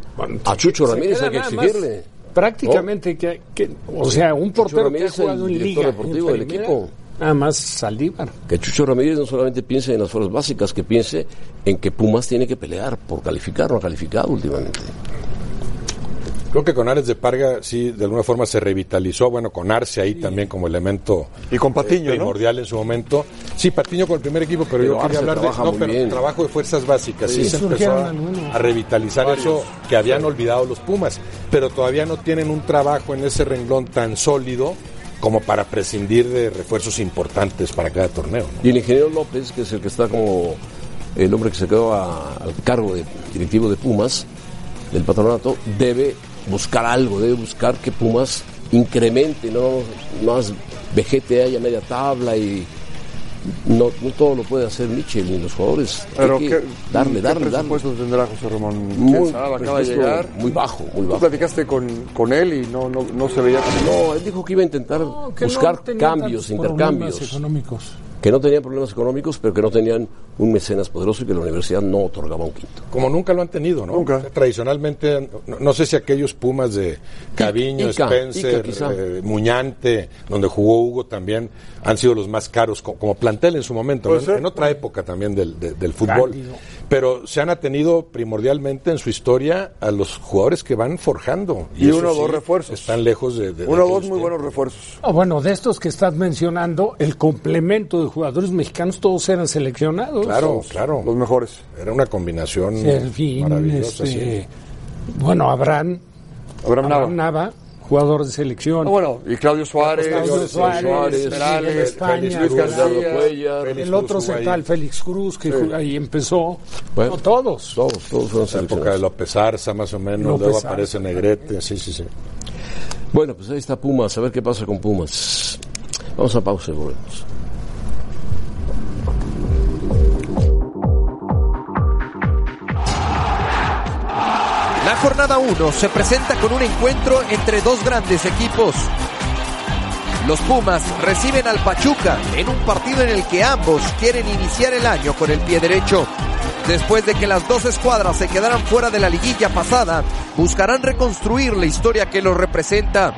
[SPEAKER 2] a Chucho Ramírez
[SPEAKER 3] Queda
[SPEAKER 2] hay que
[SPEAKER 3] nada más
[SPEAKER 2] exigirle.
[SPEAKER 3] Prácticamente que, que- o sea, un portero que ha
[SPEAKER 2] Ramírez,
[SPEAKER 3] jugado
[SPEAKER 2] el
[SPEAKER 3] en
[SPEAKER 2] director
[SPEAKER 3] liga
[SPEAKER 2] deportivo
[SPEAKER 3] en
[SPEAKER 2] del
[SPEAKER 3] primera,
[SPEAKER 2] equipo.
[SPEAKER 3] Nada más Saldívar.
[SPEAKER 2] Que Chucho Ramírez no solamente piense en las fuerzas básicas, que piense en que Pumas tiene que pelear por calificar, no ha calificado últimamente.
[SPEAKER 4] Creo que con Ares de Parga sí, de alguna forma se revitalizó, bueno, con Arce ahí también como elemento eh,
[SPEAKER 5] y con Patiño,
[SPEAKER 4] primordial en su momento. Sí, Patiño con el primer equipo, pero,
[SPEAKER 2] Pero
[SPEAKER 4] yo quería
[SPEAKER 2] Arce
[SPEAKER 4] hablar de
[SPEAKER 2] trabaja
[SPEAKER 4] no,
[SPEAKER 2] muy
[SPEAKER 4] pero
[SPEAKER 2] bien.
[SPEAKER 4] trabajo de fuerzas básicas. Sí,
[SPEAKER 2] Sí,
[SPEAKER 4] se empezó
[SPEAKER 2] surgieron
[SPEAKER 4] a,
[SPEAKER 2] algunos.
[SPEAKER 4] a revitalizar eso que habían olvidado los Pumas, pero todavía no tienen un trabajo en ese renglón tan sólido como para prescindir de refuerzos importantes para cada torneo. ¿no?
[SPEAKER 2] Y el ingeniero López, que es el que está como el hombre que se quedó a- al cargo de directivo de Pumas, del patronato, debe buscar algo, debe buscar que Pumas incremente, no más vejete ahí a media tabla y no, no todo lo puede hacer Michel ni los jugadores. Hay
[SPEAKER 5] Pero
[SPEAKER 2] que
[SPEAKER 5] ¿qué-
[SPEAKER 2] darle,
[SPEAKER 5] qué
[SPEAKER 2] darle, darle.
[SPEAKER 5] presupuesto tendrá José Ramón? ¿Quién sabe?
[SPEAKER 2] Muy-
[SPEAKER 5] Acaba de
[SPEAKER 2] presupuesto
[SPEAKER 5] llegar.
[SPEAKER 2] Muy bajo, muy
[SPEAKER 5] Tú
[SPEAKER 2] bajo.
[SPEAKER 5] platicaste con, con él y no, no, no se veía como...
[SPEAKER 2] No, él dijo que iba a intentar
[SPEAKER 3] que no
[SPEAKER 2] buscar
[SPEAKER 3] tenía
[SPEAKER 2] cambios,
[SPEAKER 3] tantos
[SPEAKER 2] intercambios.
[SPEAKER 3] problemas económicos.
[SPEAKER 2] Que no tenían problemas económicos, pero que no tenían un mecenas poderoso y que la universidad no otorgaba un quinto.
[SPEAKER 4] Como nunca lo han tenido, ¿no?
[SPEAKER 5] Nunca.
[SPEAKER 4] Tradicionalmente, no, no sé si aquellos Pumas de Caviño,
[SPEAKER 2] Ica, Ica,
[SPEAKER 4] Spencer,
[SPEAKER 2] quizá.
[SPEAKER 4] eh, Muñante, donde jugó Hugo también, han sido los más caros co- como, plantel en su momento,
[SPEAKER 5] Puede
[SPEAKER 4] ¿no?
[SPEAKER 5] ser.
[SPEAKER 4] en otra época también del, de- del fútbol. Pero se han atenido primordialmente en su historia a los jugadores que van forjando.
[SPEAKER 5] Y
[SPEAKER 4] eso
[SPEAKER 5] uno o dos refuerzos.
[SPEAKER 4] Están lejos de... de- de
[SPEAKER 5] Uno o
[SPEAKER 4] aquellos
[SPEAKER 5] dos muy
[SPEAKER 4] tiempos.
[SPEAKER 5] buenos refuerzos.
[SPEAKER 3] Ah, bueno, de estos que estás mencionando, el complemento de jugadores mexicanos, todos eran seleccionados.
[SPEAKER 4] Claro,
[SPEAKER 5] Los
[SPEAKER 4] claro.
[SPEAKER 5] mejores.
[SPEAKER 4] Era una combinación
[SPEAKER 3] Servín,
[SPEAKER 4] maravillosa. sí.
[SPEAKER 3] este, bueno, Abraham,
[SPEAKER 5] Abraham Nava.
[SPEAKER 3] Abraham Nava, jugador de selección.
[SPEAKER 5] Ah, bueno, y Claudio Suárez.
[SPEAKER 3] Claudio Suárez,
[SPEAKER 5] Suárez, Perales,
[SPEAKER 3] Miguel España,
[SPEAKER 5] Luis
[SPEAKER 3] Gerardo
[SPEAKER 5] García.
[SPEAKER 2] Cuellar,
[SPEAKER 4] Félix
[SPEAKER 3] el otro
[SPEAKER 4] Cruz jugó ahí.
[SPEAKER 3] central, Félix Cruz, que jugó- ahí empezó. No, todos.
[SPEAKER 2] Todos, todos fueron
[SPEAKER 4] La época de
[SPEAKER 2] seleccionados.
[SPEAKER 4] López Arza, más o menos.
[SPEAKER 3] López
[SPEAKER 4] Luego
[SPEAKER 3] Arza.
[SPEAKER 4] aparece Negrete. Sí, sí, sí.
[SPEAKER 2] pues, ah, Bueno, pues ahí está Pumas, a ver qué pasa con Pumas. Vamos a pausa y volvemos.
[SPEAKER 10] La jornada 1 se presenta con un encuentro entre dos grandes equipos. Los Pumas reciben al Pachuca en un partido en el que ambos quieren iniciar el año con el pie derecho. Después de que las dos escuadras se quedaran fuera de la liguilla pasada, buscarán reconstruir la historia que los representa.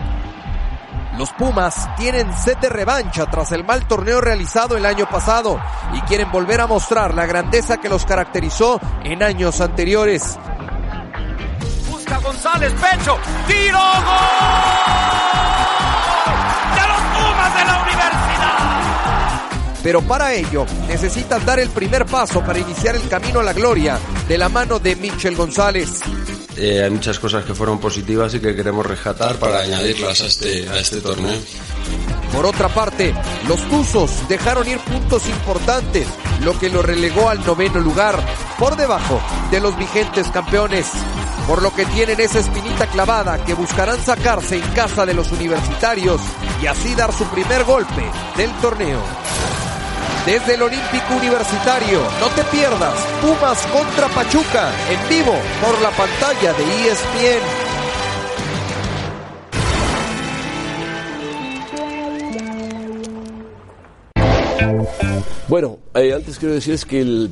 [SPEAKER 10] Los Pumas tienen sed de revancha tras el mal torneo realizado el año pasado y quieren volver a mostrar la grandeza que los caracterizó en años anteriores.
[SPEAKER 13] Busca González, pecho, tiro, gol. De los Pumas de la Universidad.
[SPEAKER 10] Pero para ello necesitan dar el primer paso para iniciar el camino a la gloria de la mano de Michel González.
[SPEAKER 13] Eh, hay muchas cosas que fueron positivas y que queremos rescatar para añadirlas a este, a este torneo.
[SPEAKER 10] Por otra parte, los Tuzos dejaron ir puntos importantes, lo que lo relegó al noveno lugar, por debajo de los vigentes campeones. Por lo que tienen esa espinita clavada que buscarán sacarse en casa de los universitarios y así dar su primer golpe del torneo. Desde el Olímpico Universitario, no te pierdas Pumas contra Pachuca en vivo por la pantalla de E ESPN.
[SPEAKER 2] Bueno, eh, antes quiero decirles que el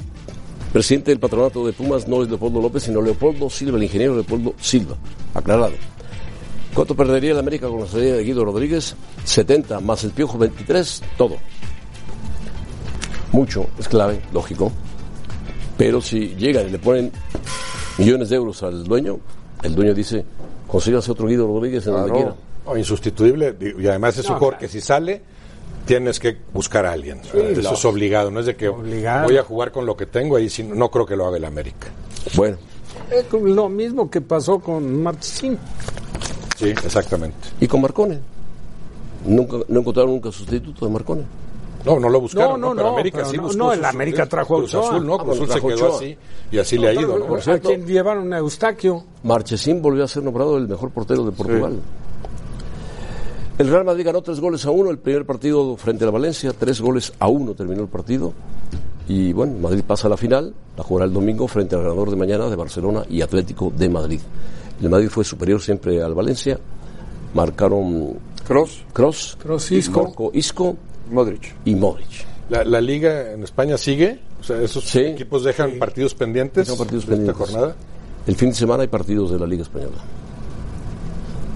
[SPEAKER 2] presidente del patronato de Pumas no es Leopoldo López, sino Leopoldo Silva, el ingeniero Leopoldo Silva. Aclarado. ¿Cuánto perdería el América con la salida de Guido Rodríguez? 70, más el Piojo 23, todo. Mucho, es clave, lógico. Pero si llegan y le ponen millones de euros al dueño, el dueño dice, consígase otro Guido Rodríguez en donde quiera.
[SPEAKER 4] No, insustituible. digo, Y además es un jugador que si sale, tienes que buscar a alguien. Eso es obligado. No es de que
[SPEAKER 3] Obligado.
[SPEAKER 4] voy a jugar con lo que tengo ahí. sí, no creo que lo haga el América.
[SPEAKER 2] Bueno,
[SPEAKER 3] Eh, con lo mismo que pasó con Martín.
[SPEAKER 4] Sí, exactamente.
[SPEAKER 2] y con Marcone. Nunca, no encontraron nunca sustituto de Marcone.
[SPEAKER 4] No, no lo buscaron.
[SPEAKER 3] No, no,
[SPEAKER 4] pero
[SPEAKER 3] no,
[SPEAKER 4] América
[SPEAKER 3] pero
[SPEAKER 4] sí
[SPEAKER 3] no,
[SPEAKER 4] buscó
[SPEAKER 3] no, el
[SPEAKER 4] sus-
[SPEAKER 3] América trajo a
[SPEAKER 4] Cruz
[SPEAKER 3] Ochoa.
[SPEAKER 4] Azul, ¿no?
[SPEAKER 3] Ah,
[SPEAKER 4] Cruz
[SPEAKER 2] bueno,
[SPEAKER 4] Azul se
[SPEAKER 2] trajo
[SPEAKER 4] quedó
[SPEAKER 2] Ochoa.
[SPEAKER 4] así. Y así le ha ido, ¿no?
[SPEAKER 2] Por cierto-
[SPEAKER 3] a quien llevaron a Eustaquio.
[SPEAKER 2] Marchesín volvió a ser nombrado el mejor portero de Portugal. El Real Madrid ganó tres goles a uno el primer partido frente a la Valencia, tres goles a uno terminó el partido. Y bueno, Madrid pasa a la final, la jugará el domingo frente al ganador de mañana de Barcelona y Atlético de Madrid. El Madrid fue superior siempre al Valencia, marcaron
[SPEAKER 5] Cross,
[SPEAKER 2] Cross,
[SPEAKER 3] Kroos, Isco.
[SPEAKER 2] Isco
[SPEAKER 5] Modric.
[SPEAKER 2] y Modric.
[SPEAKER 4] La, la liga en España sigue. O sea, esos
[SPEAKER 2] Sí.
[SPEAKER 4] equipos dejan partidos pendientes
[SPEAKER 2] Son partidos
[SPEAKER 4] de esta
[SPEAKER 2] pendientes.
[SPEAKER 4] jornada.
[SPEAKER 2] El fin de semana hay partidos de la Liga Española.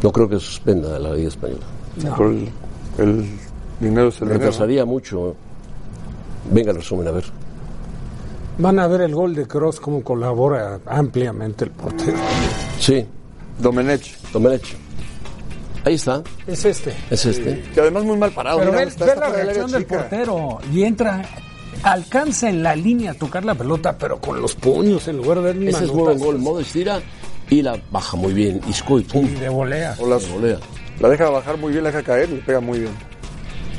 [SPEAKER 2] No creo que suspenda la Liga Española.
[SPEAKER 5] Pero el, el Dinero es el
[SPEAKER 2] Me
[SPEAKER 5] dinero.
[SPEAKER 2] retrasaría mucho. Venga el resumen, a ver.
[SPEAKER 3] Van a ver el gol de Cross como colabora ampliamente el portero.
[SPEAKER 2] Sí.
[SPEAKER 5] Domenech.
[SPEAKER 2] Domenech. Ahí está.
[SPEAKER 3] Es este.
[SPEAKER 2] Es este.
[SPEAKER 5] Que además muy mal parado.
[SPEAKER 14] Pero
[SPEAKER 5] mira,
[SPEAKER 14] ve,
[SPEAKER 5] está-
[SPEAKER 14] ve
[SPEAKER 5] está
[SPEAKER 14] la
[SPEAKER 5] fuera del área
[SPEAKER 14] reacción del
[SPEAKER 5] chica.
[SPEAKER 14] portero y entra, alcanza en la línea a tocar la pelota, pero con los puños en lugar de dar
[SPEAKER 2] Ese es buen gol. Modest tira y la baja muy bien. Isco y pum.
[SPEAKER 14] de volea.
[SPEAKER 5] O la,
[SPEAKER 2] De volea.
[SPEAKER 5] la deja bajar muy bien, la deja caer, le pega muy bien.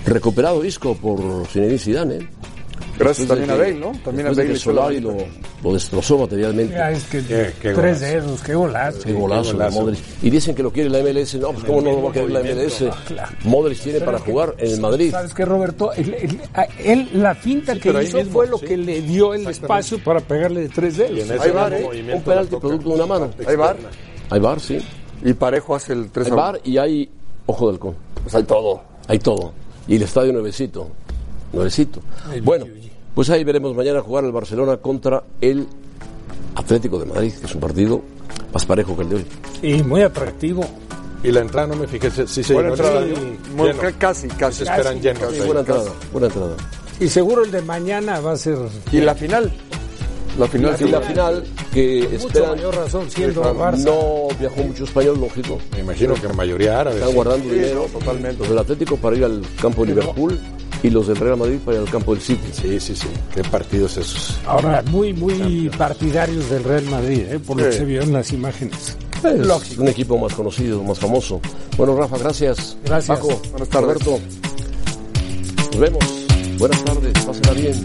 [SPEAKER 2] Recuperado Isco por Zinedine Zidane. ¿eh?
[SPEAKER 5] Gracias
[SPEAKER 2] Después de
[SPEAKER 5] también a
[SPEAKER 2] que-
[SPEAKER 5] Bale, ¿no? También a
[SPEAKER 2] después de
[SPEAKER 5] Bale
[SPEAKER 2] que
[SPEAKER 5] le echó la
[SPEAKER 2] Solari lo, lo destrozó materialmente.
[SPEAKER 14] Mira, es que
[SPEAKER 2] Eh, Qué- qué
[SPEAKER 14] tres
[SPEAKER 2] golazo.
[SPEAKER 14] dedos, qué golazo.
[SPEAKER 2] Qué golazo, de Modric. Y dicen que lo quiere la MLS. No, pues cómo no lo va a querer la MLS. Modric tiene
[SPEAKER 14] Pero
[SPEAKER 2] para
[SPEAKER 14] es que-
[SPEAKER 2] jugar en el Madrid.
[SPEAKER 14] ¿Sabes qué, Roberto? El- el- a- él, la finta que
[SPEAKER 3] pero ahí
[SPEAKER 14] hizo
[SPEAKER 3] mismo,
[SPEAKER 14] fue lo
[SPEAKER 3] sí.
[SPEAKER 14] que le dio el espacio para pegarle de tres dedos.
[SPEAKER 5] Y en ese Ahí va, mismo ¿eh? movimiento
[SPEAKER 2] Un penalti producto de una mano.
[SPEAKER 5] Ahí va.
[SPEAKER 2] Hay bar, sí.
[SPEAKER 5] Y Parejo hace el 3
[SPEAKER 2] Hay bar y hay Ojo del Con.
[SPEAKER 5] Pues hay todo.
[SPEAKER 2] Hay todo. Y el estadio nuevecito. Nuevecito. bueno, pues ahí veremos mañana jugar el Barcelona contra el Atlético de Madrid, que es un partido más parejo que el de hoy.
[SPEAKER 3] Y muy atractivo.
[SPEAKER 4] Y la entrada no me fijé, sí, sí,
[SPEAKER 3] Buena
[SPEAKER 4] llenó el
[SPEAKER 3] entrada,
[SPEAKER 4] estadio
[SPEAKER 3] muy-
[SPEAKER 4] lleno.
[SPEAKER 5] casi, casi.
[SPEAKER 4] Se esperan
[SPEAKER 3] Casi,
[SPEAKER 4] llenos.
[SPEAKER 5] casi.
[SPEAKER 4] ahí.
[SPEAKER 2] buena entrada, buena entrada.
[SPEAKER 3] Y seguro el de mañana va a ser.
[SPEAKER 5] Y la final. La final,
[SPEAKER 2] y la final que
[SPEAKER 3] Mucho
[SPEAKER 2] esperan.
[SPEAKER 3] mayor razón siendo
[SPEAKER 2] Sí,
[SPEAKER 3] Barça.
[SPEAKER 2] No viajó mucho español, lógico.
[SPEAKER 4] Me imagino que la mayoría árabe.
[SPEAKER 2] Están
[SPEAKER 4] sí.
[SPEAKER 2] guardando
[SPEAKER 4] Sí,
[SPEAKER 2] dinero.
[SPEAKER 4] no,
[SPEAKER 2] totalmente. Los del Atlético para ir al campo de Liverpool y los del Real Madrid para ir al campo del City.
[SPEAKER 4] Sí, sí, sí. Qué partidos esos.
[SPEAKER 3] Ahora, muy, muy partidarios del Real Madrid, ¿eh? por lo que
[SPEAKER 2] Sí.
[SPEAKER 3] se vio en las imágenes.
[SPEAKER 2] Es un equipo más conocido, más famoso. Bueno, Rafa, gracias.
[SPEAKER 3] Gracias.
[SPEAKER 2] Paco,
[SPEAKER 3] Buenas tardes.
[SPEAKER 2] Roberto. Nos vemos. Buenas tardes. Pásenla bien.